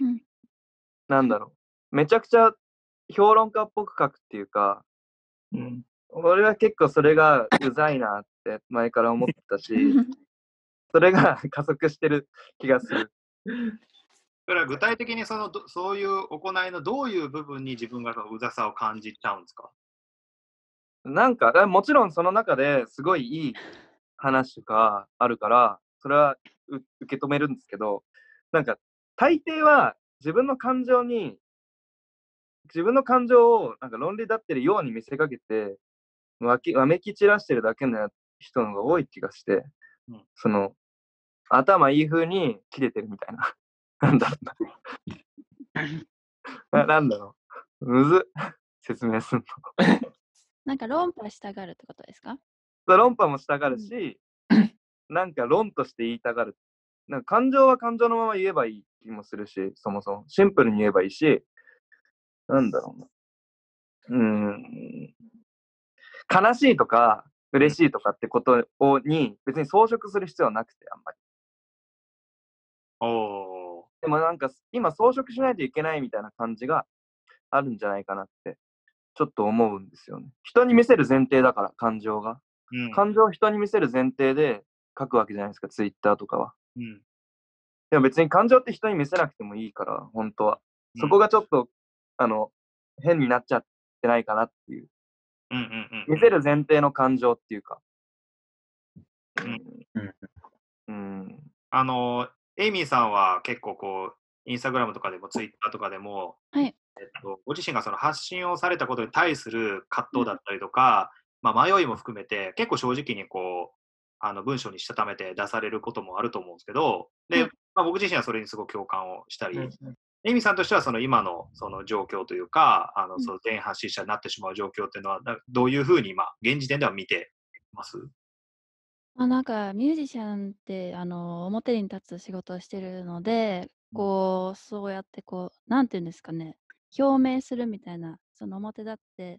Speaker 5: うん
Speaker 1: なんだろう。めちゃくちゃ評論家っぽく書くっていうか、
Speaker 4: うん。
Speaker 1: 俺は結構それがうざいなって前から思ってたし、それが加速してる気がする。
Speaker 2: それは具体的にそのどそういう行いのどういう部分に自分がそのうざさを感じちゃうんですか
Speaker 1: なんか、あもちろんその中ですごいいい話とかあるから、それはう受け止めるんですけど、なんか、大抵は自分の感情に、自分の感情をなんか論理立ってるように見せかけて、わきわめき散らしてるだけのや人の方が多い気がして、
Speaker 2: うん
Speaker 1: その、頭いい風に切れてるみたいな。 <laughs> なんだろ
Speaker 2: <laughs>
Speaker 1: うな。ななんだろう。むずっ。 <laughs> 説明すんの。
Speaker 5: <laughs> なんか論破したがるってことですか
Speaker 1: そう論破もしたがるし、なんか論として言いたがる。なんか感情は感情のまま言えばいい気もするし、そもそも。シンプルに言えばいいし、なんだろうな。うーん。悲しいとか、嬉しいとかってことをに、別に装飾する必要はなくて、あんまり。
Speaker 2: おー
Speaker 1: でもなんか、今装飾しないといけないみたいな感じがあるんじゃないかなって、ちょっと思うんですよね。人に見せる前提だから、感情が。
Speaker 2: うん
Speaker 1: 感情を人に見せる前提で書くわけじゃないですか、ツイッターとかは。
Speaker 2: うん
Speaker 1: でも別に感情って人に見せなくてもいいから、本当は。
Speaker 2: うん
Speaker 1: そこがちょっと、あの、変になっちゃってないかなっていう。
Speaker 2: うんうんうん
Speaker 1: 見せる前提の感情っていうか。
Speaker 3: うん
Speaker 1: うん。うん。
Speaker 2: あのエイミーさんは結構こうインスタグラムとかでもツイッターとかでも、
Speaker 5: はい
Speaker 2: えっと、ご自身がその発信をされたことに対する葛藤だったりとか、まあ、迷いも含めて結構正直にこうあの文章にしたためて出されることもあると思うんですけどで、
Speaker 5: はい
Speaker 2: まあ、僕自身はそれにすごく共感をしたり、
Speaker 4: うん
Speaker 2: エイミーさんとしてはその今のその状況というかあの
Speaker 5: うん
Speaker 2: その全発信者になってしまう状況っていうのはなどういうふうに今現時点では見てます
Speaker 5: まあ、なんかミュージシャンってあの表に立つ仕事をしてるのでこうそうやってこうなんていうんですかね表明するみたいなその表立って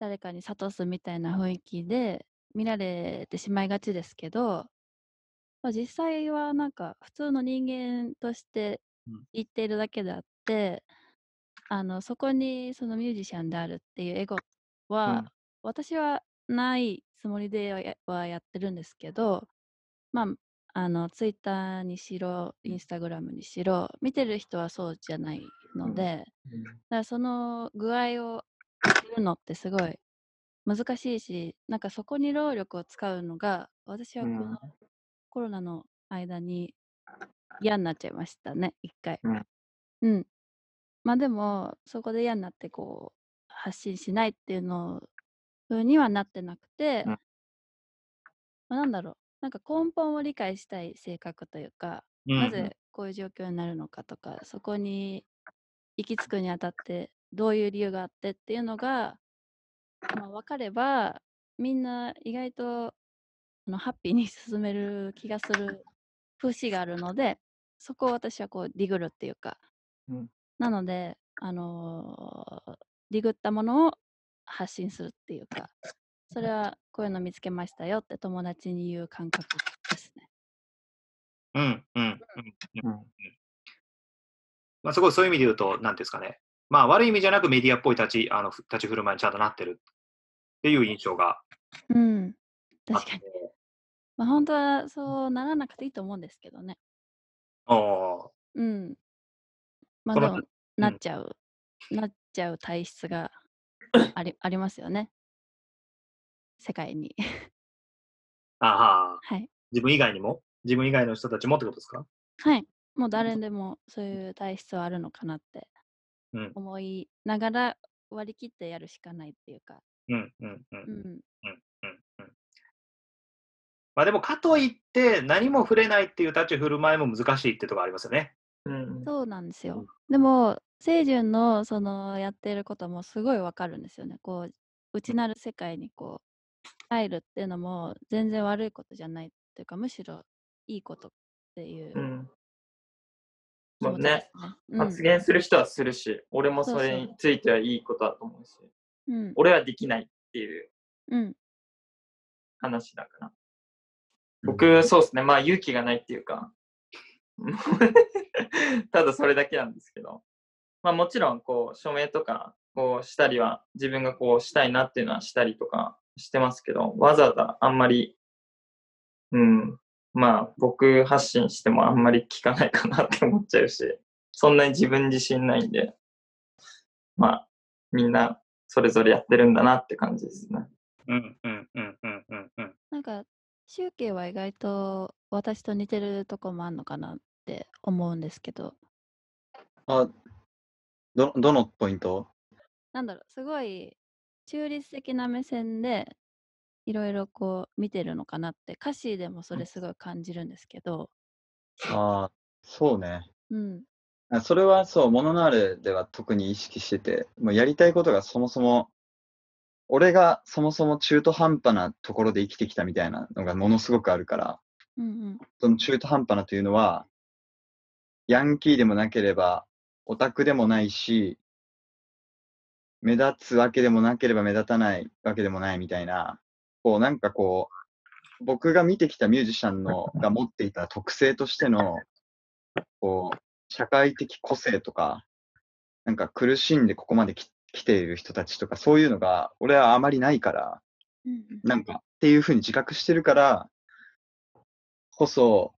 Speaker 5: 誰かに諭すみたいな雰囲気で見られてしまいがちですけど、まあ、実際はなんか普通の人間として
Speaker 2: うん
Speaker 5: 言っているだけであってあのそこにそのミュージシャンであるっていうエゴは、私はないつもりではやはやってるんですけど、まあ、あのツイッターにしろインスタグラムにしろ見てる人はそうじゃないので、だからその具合を知るのってすごい難しいしなんかそこに労力を使うのが私はこ
Speaker 1: うん
Speaker 5: のコロナの間に嫌になっちゃいましたね一回
Speaker 1: うん、
Speaker 5: うん、まあでもそこで嫌になってこう発信しないっていうの風にはなってなくて、
Speaker 1: うん
Speaker 5: まあ、なんだろうなんか根本を理解したい性格というか、なぜこういう状況になるのかとかそこに行き着くにあたってどういう理由があってっていうのが、まあ、分かればみんな意外とあのハッピーに <laughs> 進める気がする節があるのでそこを私はこうディグるっていうか、
Speaker 1: うん
Speaker 5: なので、あのーディグったものを発信するっていうかそれはこういうの見つけましたよって友達に言う感覚ですね。
Speaker 2: うんうんうん
Speaker 1: うん
Speaker 2: まあ、すごいそういう意味で言うと、なんていうんですかね、まあ、悪い意味じゃなくメディアっぽい立ちあのふ立ち振る舞いにちゃんとなってるっていう印象が
Speaker 5: うん
Speaker 2: あっ
Speaker 5: 確かに
Speaker 2: て、、
Speaker 5: まあ、本当はそうならなくていいと思うんですけどね。
Speaker 2: お
Speaker 5: うん。まあ
Speaker 2: そ
Speaker 5: で
Speaker 2: の
Speaker 5: も、なっちゃう、なっちゃう体質がありありますよね。世界に。 <laughs>
Speaker 2: あはあ
Speaker 5: はい。
Speaker 2: 自分以外にも、自分以外の人たちもってことですか
Speaker 5: はい。もう誰でもそういう体質はあるのかなって
Speaker 2: うん
Speaker 5: 思いながら割り切ってやるしかないっていうか。
Speaker 2: うんうんうん
Speaker 5: う。ん。
Speaker 2: うんうんまあでも、かといって、何も触れないっていう立ち振る舞いも難しいってとこありますよね。
Speaker 4: うん。
Speaker 5: そうなんですよ
Speaker 3: うん。
Speaker 5: でも、清純のそのやってることもすごいわかるんですよね。こう、内なる世界にこう、入るっていうのも全然悪いことじゃないっていうか、むしろいいことっていう
Speaker 4: う
Speaker 5: 気
Speaker 4: ん。まあ
Speaker 5: 持ちで
Speaker 4: ね
Speaker 5: す、ね。
Speaker 4: 発言する人はするし、俺もそれについてはいいことだと思うし、
Speaker 5: うん。
Speaker 4: 俺はできないっていう
Speaker 5: うん。
Speaker 4: 話だから。僕、そうですね。まあ、勇気がないっていうか、 <laughs> ただそれだけなんですけど、まあ、もちろん、こう、署名とか、こうしたりは、自分がこうしたいなっていうのはしたりとかしてますけど、わざわざあんまり、うん、まあ、僕発信してもあんまり聞かないかなって思っちゃうし、そんなに自分自信ないんで、まあ、みんなそれぞれやってるんだなって感じですね。
Speaker 2: うんうんうんうんうんうん。
Speaker 5: なんか、集計は意外と私と似てるとこもあるのかなって思うんですけど、
Speaker 3: あ、ど、どのポイント
Speaker 5: なんだろう、すごい中立的な目線でいろいろこう見てるのかなって、歌詞でもそれすごい感じるんですけど、
Speaker 3: ああ、そうね。
Speaker 5: うん、
Speaker 3: あそれはそう、モノナールでは特に意識してて、もうやりたいことがそもそも、俺がそもそも中途半端なところで生きてきたみたいなのがものすごくあるから、
Speaker 5: うんうん、
Speaker 3: その中途半端なというのは、ヤンキーでもなければ、オタクでもないし、目立つわけでもなければ目立たないわけでもないみたいな、こうなんかこう、僕が見てきたミュージシャンのが持っていた特性としての、こう、社会的個性とか、なんか苦しんでここまでき来ている人たちとか、そういうのが俺はあまりないから、
Speaker 5: うん
Speaker 3: なんか、っていうふうに自覚してるから、こそ、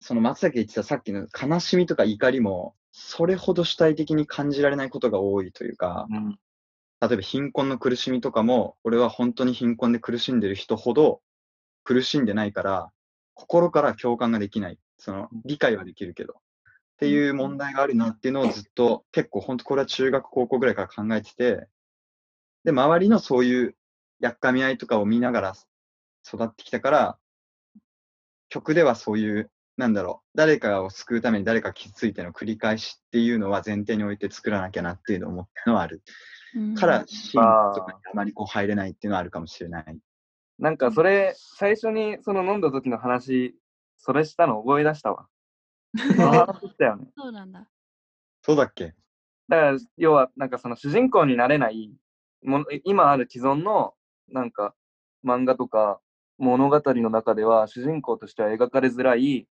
Speaker 3: その松崎が言ってたさっきの悲しみとか怒りも、それほど主体的に感じられないことが多いというか、
Speaker 4: うん。
Speaker 3: 例えば貧困の苦しみとかも、俺は本当に貧困で苦しんでる人ほど苦しんでないから、心から共感ができない。その、理解はできるけど。っていう問題があるなっていうのをずっと、結構本当これは中学高校ぐらいから考えてて、で、周りのそういうやっかみ合いとかを見ながら育ってきたから、曲ではそういう、なんだろう、誰かを救うために誰か傷ついての繰り返しっていうのは前提において作らなきゃなっていうのを思ったのはある。
Speaker 5: うん
Speaker 3: から、シーンとかにあまりこう入れないっていうのはあるかもしれない。
Speaker 1: なんかそれ、最初にその飲んだ時の話、それしたの思い出した
Speaker 2: <laughs>
Speaker 1: わ。その話したよね。
Speaker 5: そうなんだ。
Speaker 3: そうだっけ
Speaker 1: だから要はなんかその主人公になれないもの今ある既存のなんか漫画とか物語の中では主人公としては描かれづらい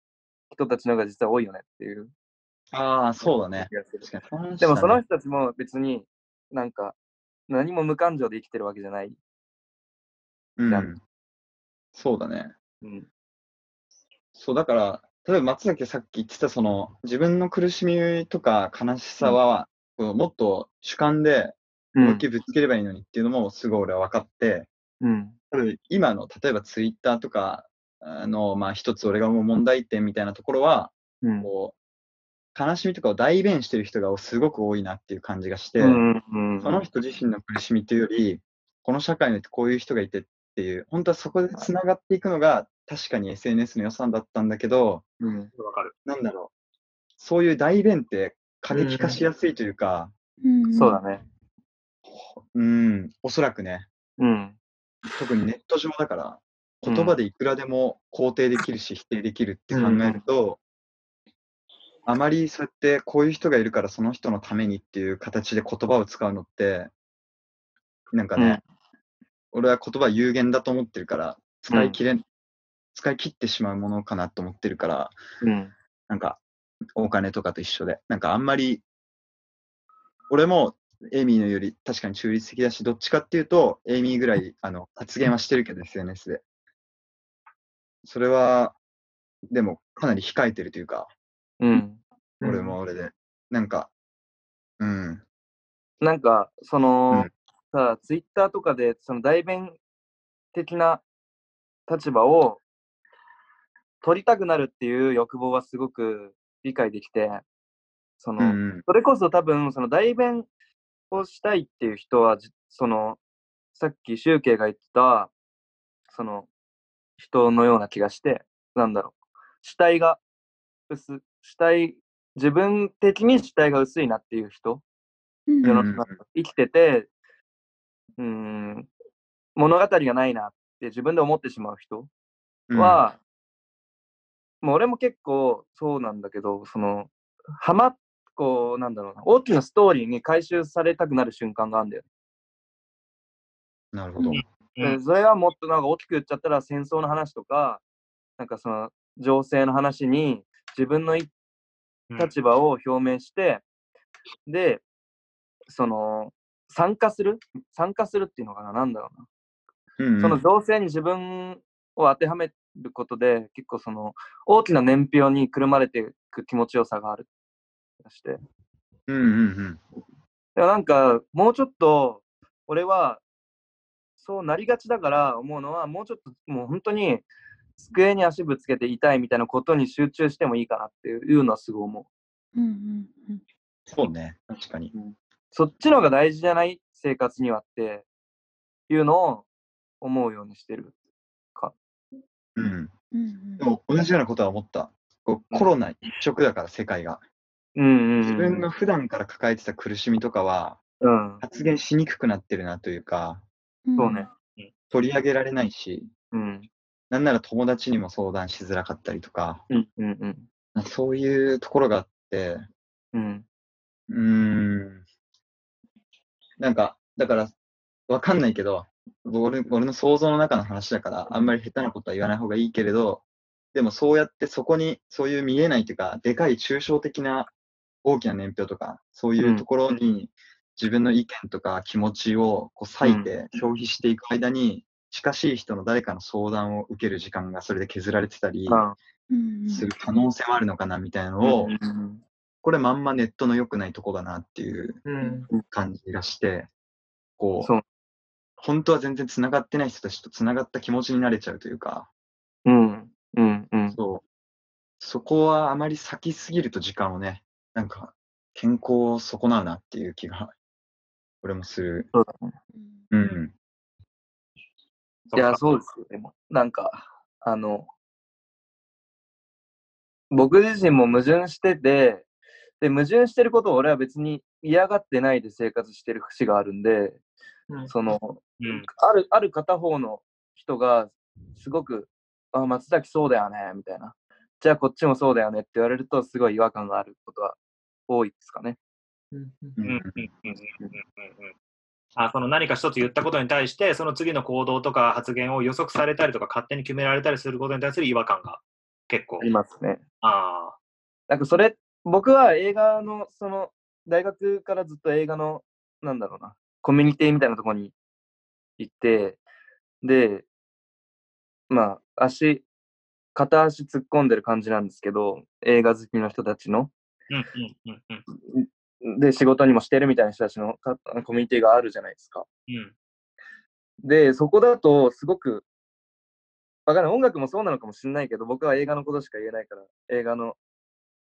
Speaker 1: 人たちの方が実は多いよねっていう
Speaker 3: ああ、そうだね
Speaker 1: 気。がする
Speaker 3: 確かに。
Speaker 1: でもその
Speaker 3: 話
Speaker 1: 人たちも別になんか何も無感情で生きてるわけじゃない、
Speaker 3: だねうん。そうだね。
Speaker 1: うん
Speaker 3: そう、だから、例えば松崎がさっき言ってた、その、自分の苦しみとか悲しさは、こうもっと主観で、思いっきりぶつければいいのにっていうのも、すごい俺は分かって、
Speaker 1: うん
Speaker 3: 多分今の、例えばツイッターとかあの、まあ一つ俺が思う問題点みたいなところは、
Speaker 1: うん
Speaker 3: こう、悲しみとかを代弁してる人がすごく多いなっていう感じがして、
Speaker 1: うんうん
Speaker 3: その人自身の苦しみというより、この社会にこういう人がいてっていう、本当はそこでつながっていくのが、確かに SNS の予算だったんだけど、
Speaker 1: うん
Speaker 2: わかる。
Speaker 3: なんだろう、そういう代弁って過激化しやすいというか、
Speaker 5: うん
Speaker 1: そうだね
Speaker 3: うん、おそらくね、
Speaker 1: うん
Speaker 3: 特にネット上だから、言葉でいくらでも肯定できるし、否定できるって考えると、あまりそうやってこういう人がいるからその人のためにっていう形で言葉を使うのって、なんかね、
Speaker 1: うん
Speaker 3: 俺は言葉有限だと思ってるから、使い切れ、使い切ってしまうものかなと思ってるから、
Speaker 1: うん
Speaker 3: なんか、お金とかと一緒で、なんかあんまり、俺もエイミーのより確かに中立的だし、どっちかっていうと、エイミーぐらいあの発言はしてるけど、SNS で。それは、でも、かなり控えてるというか、
Speaker 1: うん
Speaker 3: 俺も俺で。なんか、うん、
Speaker 1: なんか、その
Speaker 3: うん、
Speaker 1: さあ、ツイッターとかで、その代弁的な立場を取りたくなるっていう欲望はすごく理解できて、その、
Speaker 3: うん
Speaker 1: それこそ多分、その代弁をしたいっていう人は、じその、さっき集計が言った、その、人のような気がして、なんだろう。主体が薄、主体、自分的に主体が薄いなっていう人、
Speaker 5: うん
Speaker 1: 世の中生きてて、うん、物語がないなって自分で思ってしまう人
Speaker 3: うん、
Speaker 1: は、もう俺も結構そうなんだけど、その、ハマっ、こう、なんだろうな、大きなストーリーに回収されたくなる瞬間があるんだよ、
Speaker 3: なるほど。
Speaker 2: うん
Speaker 1: でそれはもっとなんか大きく言っちゃったら戦争の話とか、なんかその、情勢の話に自分のい立場を表明して、で、その、参加する参加するっていうのかななんだろうな。
Speaker 3: うんうん
Speaker 1: その情勢に自分を当てはめることで、結構その大きな年表にくるまれていく気持ちよさがある。して。
Speaker 3: うんうん
Speaker 1: でもなんか、もうちょっと、俺は、そうなりがちだから思うのは、もうちょっと、もう本当に、机に足ぶつけて痛いみたいなことに集中してもいいかなっていうのはすごい思う。
Speaker 5: うんうんうん
Speaker 3: そうね、確かに。
Speaker 1: そっちの方が大事じゃない生活にはっていうのを思うようにしてる。
Speaker 3: うん。
Speaker 5: うん
Speaker 3: でも同じようなことは思った。こうコロナ一色だから、世界が。
Speaker 1: うんうん、うん。
Speaker 3: 自分の普段から抱えてた苦しみとかは、
Speaker 1: うん。
Speaker 3: 発言しにくくなってるなというか、
Speaker 5: うん
Speaker 1: そうね。
Speaker 3: 取り上げられないし、
Speaker 1: うん。
Speaker 3: なんなら友達にも相談しづらかったりとか、
Speaker 1: うんうんうん。
Speaker 3: なんかそういうところがあって、
Speaker 1: うん。
Speaker 3: うーん。なんか、だから、わかんないけど、俺俺の想像の中の話だから、あんまり下手なことは言わない方がいいけれど、でもそうやってそこに、そういう見えないというか、でかい抽象的な大きな年表とか、そういうところに自分の意見とか気持ちをこう割いて消費していく間に、近しい人の誰かの相談を受ける時間がそれで削られてたり
Speaker 1: うん
Speaker 5: うんうん
Speaker 3: する可能性もあるのかなみたいなのを、これまんまネットの良くないとこだなっていう
Speaker 4: うん。
Speaker 3: 感じがして、こ
Speaker 1: そう
Speaker 3: う、本当は全然つながってない人たちとつながった気持ちになれちゃうというか、
Speaker 1: うん。うん。うん。
Speaker 3: そう、そこはあまり先すぎると時間をね、なんか健康を損なうなっていう気が、俺もする。
Speaker 1: そうだね。
Speaker 3: うん。
Speaker 1: いや、そうですよ。でも、なんか、あの、僕自身も矛盾してて、で、矛盾してることを俺は別に嫌がってないで生活してる節があるんで、
Speaker 4: うん
Speaker 1: その、
Speaker 2: うん
Speaker 1: ある、ある片方の人が、すごく、あ、松崎そうだよね、みたいな。じゃあこっちもそうだよねって言われると、すごい違和感があることが多いですかね。
Speaker 4: うんうん
Speaker 3: う
Speaker 2: うん
Speaker 3: ん
Speaker 2: うんうんうんうんうんあその何か一つ言ったことに対して、その次の行動とか発言を予測されたりとか、勝手に決められたりすることに対する違和感が結構
Speaker 1: あ。りますね。
Speaker 2: あ
Speaker 1: なんかそれ、僕は映画の、その、大学からずっと映画の、なんだろうな、コミュニティみたいなとこに行って、で、まあ、足、片足突っ込んでる感じなんですけど、映画好きの人たちの。
Speaker 2: ーうんうんうんうん
Speaker 1: で、仕事にもしてるみたいな人たちのかコミュニティがあるじゃないですか。
Speaker 2: うん
Speaker 1: で、そこだと、すごく、わかんない。音楽もそうなのかもしれないけど、僕は映画のことしか言えないから、映画の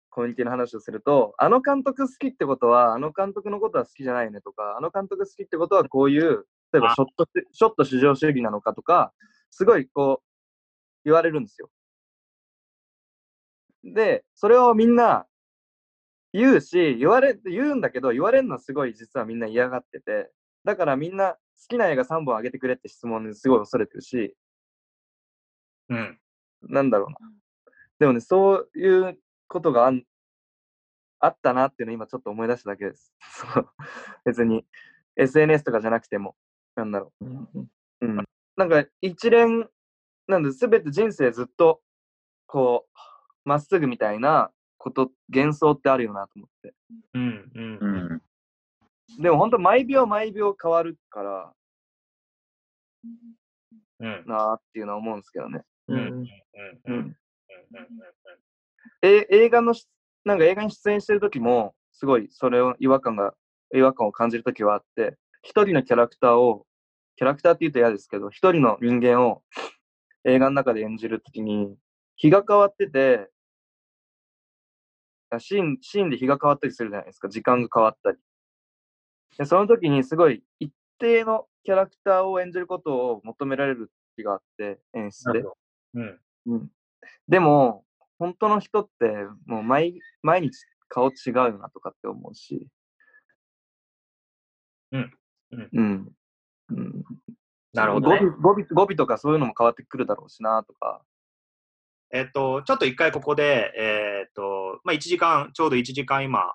Speaker 1: コミュニティの話をすると、あの監督好きってことは、あの監督のことは好きじゃないよねとか、あの監督好きってことはこういう、例えば
Speaker 2: あ
Speaker 1: ショット、ショット至上主義なのかとか、すごいこう、言われるんですよ。で、それをみんな言うし、言われ、言うんだけど、言われるのはすごい実はみんな嫌がってて、だからみんな好きな映画3本あげてくれって質問にすごい恐れてるし、
Speaker 2: うん
Speaker 1: なんだろうな。でもね、そういうことがあんあったなっていうのを今ちょっと思い出しただけです。 <laughs> そう別に SNS とかじゃなくても、なんだろ
Speaker 4: うん
Speaker 1: う。うん。なんか一連、なんで全て人生ずっと、こう、まっすぐみたいなこと、幻想ってあるよなと思って。
Speaker 2: うんうん
Speaker 3: う
Speaker 2: うん
Speaker 3: ん。
Speaker 1: でも本当毎秒毎秒変わるから
Speaker 2: うん
Speaker 1: なーっていうのは思うんですけどね。
Speaker 4: う
Speaker 2: うんんうんうん
Speaker 1: え映画のし、なんか映画に出演してる時も、すごいそれを違和感が、違和感を感じる時はあって、一人のキャラクターを、キャラクターって言うと嫌ですけど、一人の人間を映画の中で演じる時に、日が変わってて、からシーン、シーンで日が変わったりするじゃないですか。時間が変わったり。で、その時にすごい一定のキャラクターを演じることを求められる時があって、演出
Speaker 2: な
Speaker 1: で
Speaker 2: る。ほどうん。
Speaker 1: うん、でも、本当の人って、もう毎毎日顔違うなとかって思うし。
Speaker 2: うんうん
Speaker 1: うん。うん。
Speaker 2: なるほど、ね
Speaker 1: 語。尾語尾語尾とかそういうのも変わってくるだろうしなとか。
Speaker 2: えっと、ちょっと一回ここで、えーっと、まあ、1時間、ちょうど1時間今、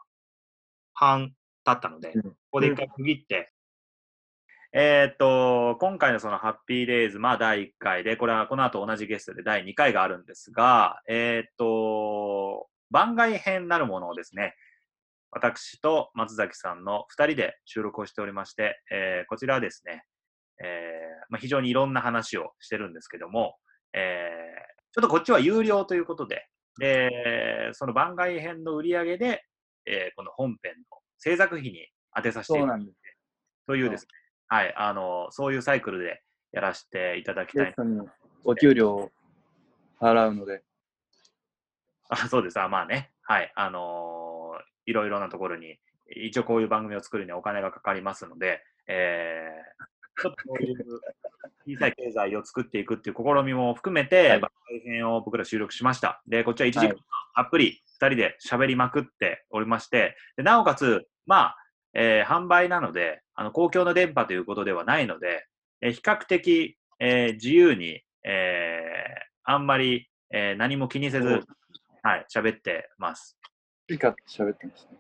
Speaker 2: 半経ったので、
Speaker 1: うん
Speaker 2: ここで一回区切って、えーっと、今回のそのハッピーデイズ、まあ、第1回で、これはこの後同じゲストで第2回があるんですが、えーっと、番外編なるものをですね、私と松崎さんの2人で収録をしておりまして、えーこちらはですね、えーまあ、非常にいろんな話をしてるんですけども、えーちょっとこっちは有料ということで、で、その番外編の売り上げで、えーこの本編の制作費に当てさせていただいて
Speaker 1: んです。
Speaker 2: というですね、はい、あの、そういうサイクルでやらせていただきたい。
Speaker 1: トにお給料を払うので。
Speaker 2: <laughs> あそうです、あまあね、はい、あのーいろいろなところに、一応こういう番組を作るにはお金がかかりますので、えーちょっとこういう小さい経済を作っていくっていう試みも含めて、
Speaker 1: はい
Speaker 2: 番外編を僕ら収録しました。で、こっちは1時
Speaker 1: は
Speaker 2: 間
Speaker 1: い
Speaker 2: たっぷり2人で喋りまくっておりまして、でなおかつ、まあ、えー販売なのであの、公共の電波ということではないので、えー比較的、えー自由に、えーあんまり、えー何も気にせず、はい、喋ってます。
Speaker 1: ピカって喋ってますね。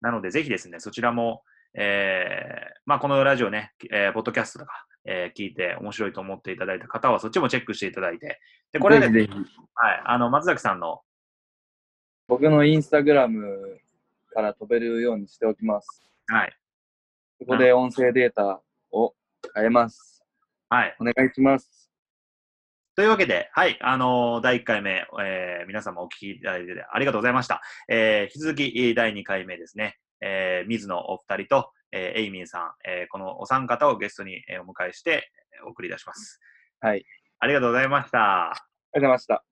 Speaker 2: なので、ぜひですね、そちらも、えーまあ、このラジオね、えーポッドキャストとか、えー聞いて面白いと思っていただいた方は、そっちもチェックしていただいて、で、これはですね、
Speaker 1: ぜひぜひ
Speaker 2: はい、あの、松崎さんの、
Speaker 1: 僕のインスタグラムから飛べるようにしておきます。
Speaker 2: はい、
Speaker 1: ここで音声データを変えます。
Speaker 2: はい。
Speaker 1: お願いします。
Speaker 2: というわけで、はい、あのー第1回目、えー皆様お聞きいただいてありがとうございました。えー引き続き、えー第2回目ですね、えー水野お二人と、えーエイミンさん、えーこのお三方をゲストにえーお迎えして、えーお送りいたします。
Speaker 1: はい。
Speaker 2: ありがとうございました。
Speaker 1: ありがとうございました。